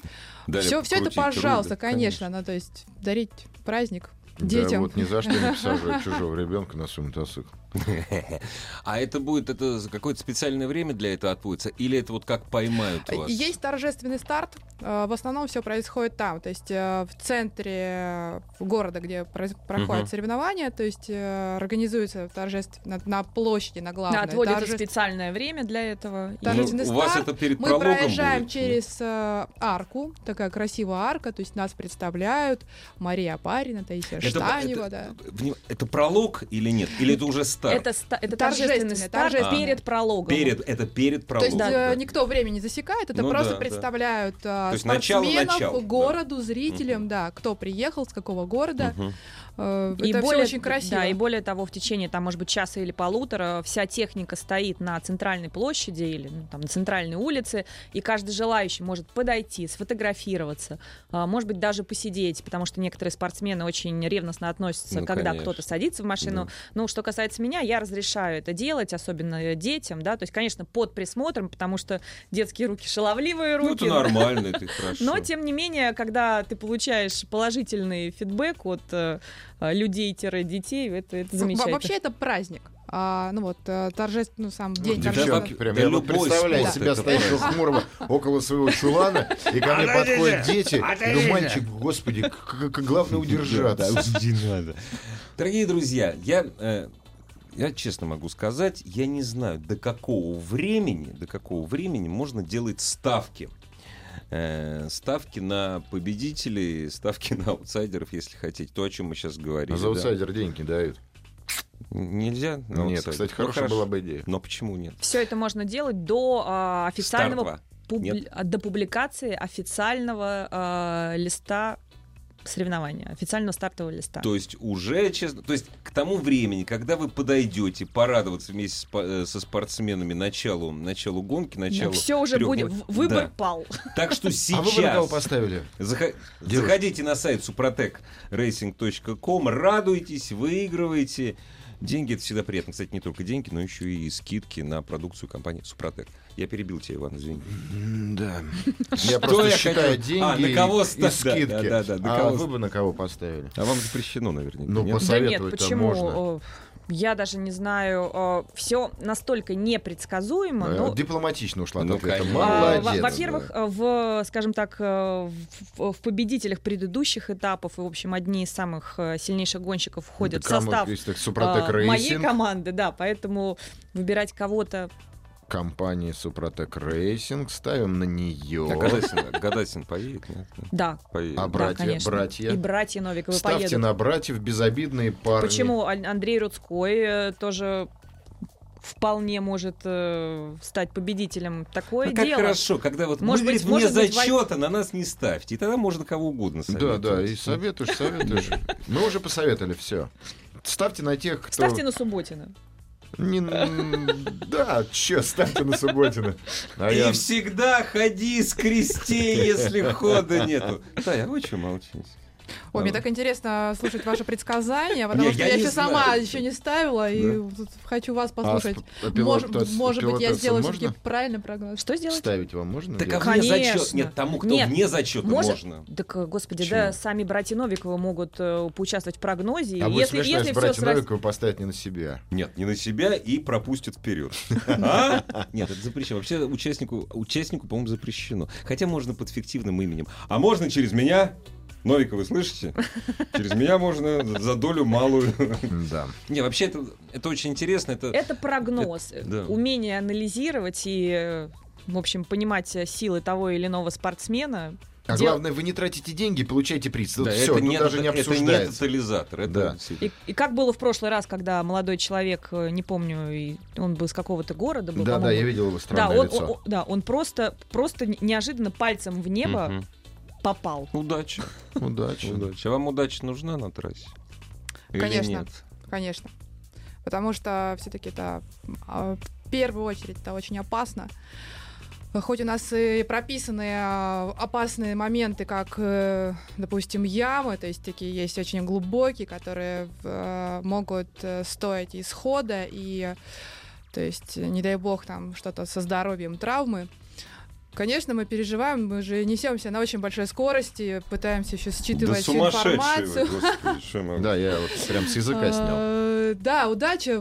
Speaker 4: все, все это, пожалуйста, конечно. Ну, то есть дарить праздник
Speaker 2: Да,
Speaker 4: детям.
Speaker 2: вот ни за что не посаживать чужого ребенка на свой мотоцикл.
Speaker 1: А это будет, это за какое-то специальное время для этого отводится? Или это вот как поймают
Speaker 3: А,
Speaker 1: вас?
Speaker 4: Э, Есть торжественный старт. э, В основном все происходит там, то есть э, в центре э, города, где проис- проходят
Speaker 1: Мгм.
Speaker 4: соревнования, то есть э, организуется торжественно на площади, на главной.
Speaker 3: Да, отводится
Speaker 4: торже-
Speaker 3: специальное время для этого.
Speaker 1: Ну,
Speaker 4: Да,
Speaker 3: И-
Speaker 4: торжественный
Speaker 1: у вас
Speaker 4: старт.
Speaker 1: это перед
Speaker 4: Мы
Speaker 1: прологом
Speaker 4: проезжаем
Speaker 1: будет?
Speaker 4: через э, арку, такая красивая арка, то есть нас представляют Мария Апарина, Таисия
Speaker 1: Это-
Speaker 4: Штанева, да.
Speaker 1: это- вним- это пролог или нет? Или это уже старт?
Speaker 3: Это, ста- это
Speaker 4: Торжественный,
Speaker 3: торжественный старт
Speaker 4: торжественный.
Speaker 3: перед прологом.
Speaker 1: А. перед, это перед
Speaker 4: То
Speaker 1: прологом.
Speaker 4: есть э, никто время не засекает, это
Speaker 1: Ну
Speaker 4: просто
Speaker 1: да, да.
Speaker 4: представляют э,
Speaker 1: есть начало,
Speaker 4: спортсменов,
Speaker 1: начало, да.
Speaker 4: городу, зрителям, да, кто приехал, с какого города.
Speaker 1: Мгм.
Speaker 4: Э,
Speaker 3: И
Speaker 4: это все
Speaker 3: более,
Speaker 4: очень красиво.
Speaker 3: Да, и более того, в течение, там, может быть, часа или полутора вся техника стоит на центральной площади или ну, там, на центральной улице, и каждый желающий может подойти, сфотографироваться, а, может быть, даже посидеть, потому что некоторые спортсмены очень ревностно относятся,
Speaker 1: Ну,
Speaker 3: когда
Speaker 1: конечно.
Speaker 3: кто-то садится в машину. Ну, что касается меня, меня, я разрешаю это делать, особенно детям, да, то есть, конечно, под присмотром, потому что детские руки шаловливые
Speaker 1: Ну,
Speaker 3: руки.
Speaker 1: это нормально, это хорошо.
Speaker 3: Но, тем не менее, когда ты получаешь положительный фидбэк от э, э, людей-детей, это, это
Speaker 4: Во-
Speaker 3: замечательно.
Speaker 4: Вообще это праздник. А, ну вот, э, торжественный ну, сам день
Speaker 1: да,
Speaker 4: торжества.
Speaker 1: вообще-
Speaker 2: Прям,
Speaker 1: Да
Speaker 2: я вот
Speaker 1: любой
Speaker 2: представляю
Speaker 1: спорт
Speaker 2: себя
Speaker 1: это
Speaker 2: стоящего
Speaker 1: праздник.
Speaker 2: хмурого около своего чулана, и ко мне подходят дети. и Говорю, мальчик, господи, к- к- главное удержаться.
Speaker 1: Дорогие друзья, я, э, я честно могу сказать, я не знаю, до какого времени, до какого времени можно делать ставки. Э, ставки на победителей, ставки на аутсайдеров, если хотите. То, о чем мы сейчас говорили.
Speaker 2: А За
Speaker 1: да.
Speaker 2: аутсайдер денег не дают.
Speaker 1: Нельзя? на
Speaker 2: Нет,
Speaker 1: аутсайдер?
Speaker 2: кстати,
Speaker 1: Ну,
Speaker 2: хорошая
Speaker 1: хорошо.
Speaker 2: была бы идея.
Speaker 1: Но почему нет?
Speaker 3: Все это можно делать до а, официального
Speaker 1: Стартова.
Speaker 3: публи-
Speaker 1: Нет.
Speaker 3: а, до публикации официального а, листа соревнования, официального стартового листа.
Speaker 1: То есть уже, честно, то есть к тому времени, когда вы подойдете порадоваться вместе с по- э, со спортсменами началу, началу гонки, началу...
Speaker 3: все Ну, уже
Speaker 1: трех-
Speaker 3: будет, в- выбор
Speaker 1: Да.
Speaker 3: пал.
Speaker 1: Так что
Speaker 2: А вы бы на кого
Speaker 1: сейчас...
Speaker 2: поставили?
Speaker 1: Заха-
Speaker 2: Девушки.
Speaker 1: Заходите на сайт suprotechracing.com, радуйтесь, выигрывайте. Деньги это всегда приятно. Кстати, не только деньги, но еще и скидки на продукцию компании Супротек. Я перебил тебя, Иван, извини.
Speaker 2: Да.
Speaker 1: Что
Speaker 2: Я просто
Speaker 1: я
Speaker 2: считаю
Speaker 1: хотел? А,
Speaker 2: деньги
Speaker 1: на кого
Speaker 2: и-
Speaker 1: ста- да,
Speaker 2: и скидки.
Speaker 1: да, да, да, на
Speaker 2: А
Speaker 1: кого
Speaker 2: вы
Speaker 1: ста-
Speaker 2: бы на кого поставили?
Speaker 1: А вам запрещено, наверняка.
Speaker 2: Ну,
Speaker 1: нет?
Speaker 2: пос-
Speaker 3: Да нет,
Speaker 2: Посоветовать-то
Speaker 3: почему?
Speaker 2: можно.
Speaker 3: Э, Я даже не знаю. Все настолько непредсказуемо.
Speaker 2: Э,
Speaker 3: но...
Speaker 2: Дипломатично ушла от
Speaker 1: Ну,
Speaker 2: ответа.
Speaker 1: конечно.
Speaker 3: А,
Speaker 2: Молодец.
Speaker 3: во- Во-первых, э, в, скажем так, э, в, в победителях предыдущих этапов, и, в общем, одни из самых э, сильнейших гонщиков входят в
Speaker 2: Да кому,
Speaker 3: состав
Speaker 2: если так,
Speaker 3: э,
Speaker 2: Супротек
Speaker 3: моей
Speaker 2: Рейсинг,
Speaker 3: команды, да, поэтому выбирать кого-то
Speaker 2: компании Супротек Рейсинг, ставим на
Speaker 1: А
Speaker 2: нее.
Speaker 1: Гадасин, Гадасин поедет? Нет, нет,
Speaker 3: Да,
Speaker 1: поедет.
Speaker 2: А
Speaker 3: да,
Speaker 2: братья,
Speaker 3: конечно.
Speaker 2: братья.
Speaker 3: И братья Новиковы
Speaker 2: Ставьте
Speaker 3: поедут.
Speaker 2: на братьев безобидные парни.
Speaker 3: Почему Аль- Андрей Рудской э, тоже вполне может э, стать победителем? Такое
Speaker 1: Ну, как
Speaker 3: дело.
Speaker 1: хорошо, когда вот
Speaker 3: Может
Speaker 1: выберет
Speaker 3: быть,
Speaker 1: вне
Speaker 3: может быть,
Speaker 1: зачета, на нас не ставьте. И тогда можно кого угодно
Speaker 2: Да,
Speaker 1: советовать.
Speaker 2: да, и советуешь, советуешь. Мы уже посоветовали все. Ставьте на тех, кто...
Speaker 3: Ставьте на Субботина.
Speaker 2: Не- м, Да, че, ставьте на Субботина. А
Speaker 1: И
Speaker 2: я-
Speaker 1: всегда ходи с крестей, если хода нету. Тая, вы что молчите?
Speaker 4: Ой, мне так интересно слушать ваши предсказания, потому
Speaker 1: Не,
Speaker 4: что
Speaker 1: я
Speaker 4: я,
Speaker 1: не
Speaker 4: еще
Speaker 1: знаю.
Speaker 4: сама еще не ставила, и тут хочу вас послушать.
Speaker 2: А с-
Speaker 4: Может,
Speaker 2: пилотес-
Speaker 4: может быть, я
Speaker 2: пилотесом
Speaker 4: сделаю
Speaker 2: можно?
Speaker 4: все-таки правильный прогноз.
Speaker 3: Что сделать?
Speaker 2: Ставить вам можно?
Speaker 1: Так
Speaker 2: Я-
Speaker 1: а вне
Speaker 3: Конечно.
Speaker 1: зачет. Нет, тому, кто
Speaker 3: Нет.
Speaker 1: вне зачета,
Speaker 3: Может-
Speaker 1: можно.
Speaker 3: Так, э, господи,
Speaker 1: Почему?
Speaker 3: да, сами братья Новиковы могут э, поучаствовать в прогнозе. и
Speaker 2: А будет
Speaker 3: если,
Speaker 2: смешно,
Speaker 3: если
Speaker 2: если
Speaker 3: все
Speaker 2: братья Новикова поставить не на себя.
Speaker 1: Нет, не на себя и пропустит вперед. А? Нет, это запрещено. Вообще участнику, участнику, по-моему, запрещено. Хотя можно под фиктивным именем. А можно через меня? Новика, вы слышите? Через меня можно за долю малую.
Speaker 2: Да.
Speaker 1: Не, вообще это, это очень интересно. Это,
Speaker 3: Это прогноз.
Speaker 1: Это- да.
Speaker 3: Умение анализировать и, э, в общем, понимать э, силы того или иного спортсмена.
Speaker 2: А
Speaker 3: Дел-
Speaker 2: главное, вы не тратите деньги, получаете приз.
Speaker 1: да,
Speaker 2: все,
Speaker 1: это
Speaker 2: тут ну даже не
Speaker 1: это
Speaker 2: обсуждается.
Speaker 1: тотализатор. Это
Speaker 2: Да.
Speaker 1: действительно.
Speaker 3: И, и как было в прошлый раз, когда молодой человек, э, не помню, и он был из какого-то города, был,
Speaker 2: Да, да,
Speaker 3: по-моему.
Speaker 2: я видел его
Speaker 3: да,
Speaker 2: странное
Speaker 3: он,
Speaker 2: лицо.
Speaker 3: он- он- да, он просто, просто неожиданно пальцем в небо
Speaker 1: Мгм.
Speaker 3: попал.
Speaker 1: Удачи.
Speaker 2: Удачи.
Speaker 1: удачи. А вам удача нужна на трассе? Или
Speaker 4: Конечно.
Speaker 1: нет?
Speaker 4: Конечно. Потому что все-таки это а, в первую очередь это очень опасно. Хоть у нас и прописаны а, опасные моменты, как, э, допустим, ямы, то есть такие есть очень глубокие, которые э, могут э, стоить исхода, и, то есть, не дай бог, там что-то со здоровьем, травмы. Конечно, мы переживаем, мы же несемся на очень большой скорости, пытаемся еще считывать всю
Speaker 1: сумасшедшие
Speaker 4: информацию.
Speaker 1: вы, господи, что я могу.
Speaker 2: Да, я вот прям с языка снял. А
Speaker 4: Э, Да, удачи.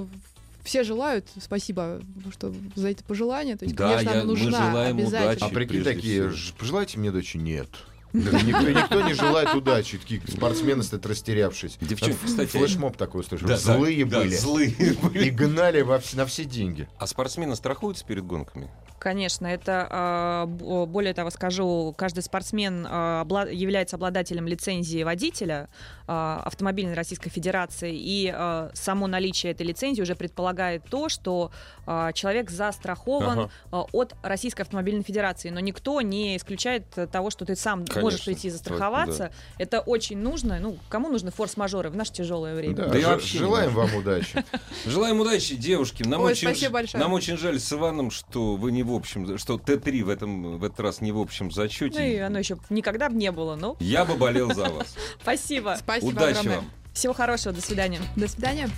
Speaker 4: Все желают, спасибо, что за эти пожелания. То есть,
Speaker 1: Да,
Speaker 4: конечно,
Speaker 1: я-
Speaker 4: она
Speaker 1: мы
Speaker 4: нужна
Speaker 1: желаем
Speaker 4: обязательно.
Speaker 1: удачи.
Speaker 2: А прикинь
Speaker 1: прежде
Speaker 2: такие,
Speaker 1: всего.
Speaker 2: «Ж- пожелайте мне удачи? Нет. Да Никто никто не желает удачи, такие спортсмены стоят растерявшись.
Speaker 1: Девчонки,
Speaker 2: Ф-
Speaker 1: кстати,
Speaker 2: Флешмоб такой услышал.
Speaker 1: Да, да,
Speaker 2: Злые
Speaker 1: да,
Speaker 2: были.
Speaker 1: Злые
Speaker 2: И
Speaker 1: были.
Speaker 2: гнали во вс- на все деньги.
Speaker 1: А спортсмены страхуются перед гонками?
Speaker 3: Конечно, это а, б- более того скажу, каждый спортсмен а, обла- является обладателем лицензии водителя а, автомобильной Российской Федерации, и а, само наличие этой лицензии уже предполагает то, что а, человек застрахован
Speaker 1: Ага.
Speaker 3: а, от Российской Автомобильной Федерации, но никто не исключает э, того, что ты сам
Speaker 1: Конечно.
Speaker 3: можешь прийти застраховаться. Это очень нужно. Ну, кому нужны форс-мажоры в наше тяжелое время?
Speaker 2: Да,
Speaker 1: Да и
Speaker 2: ж-
Speaker 1: вообще не
Speaker 2: желаем вам удачи.
Speaker 1: Желаем удачи, девушки. Нам,
Speaker 4: Ой,
Speaker 1: очень,
Speaker 4: спасибо
Speaker 1: ж-
Speaker 4: большое.
Speaker 1: нам очень жаль с Иваном, что вы не в общем, что Т3 в, этом, в этот раз не в общем зачете.
Speaker 3: Ну и оно еще никогда бы не было. Ну,
Speaker 1: Я бы болел за вас.
Speaker 3: спасибо.
Speaker 4: Спасибо
Speaker 1: Удачи
Speaker 4: огромное.
Speaker 1: вам.
Speaker 3: Всего хорошего. До свидания.
Speaker 4: До свидания.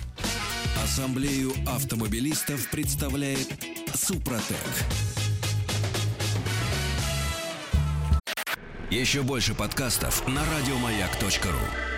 Speaker 5: Ассамблею автомобилистов представляет Супротек. Еще больше подкастов на радиомаяк.ру.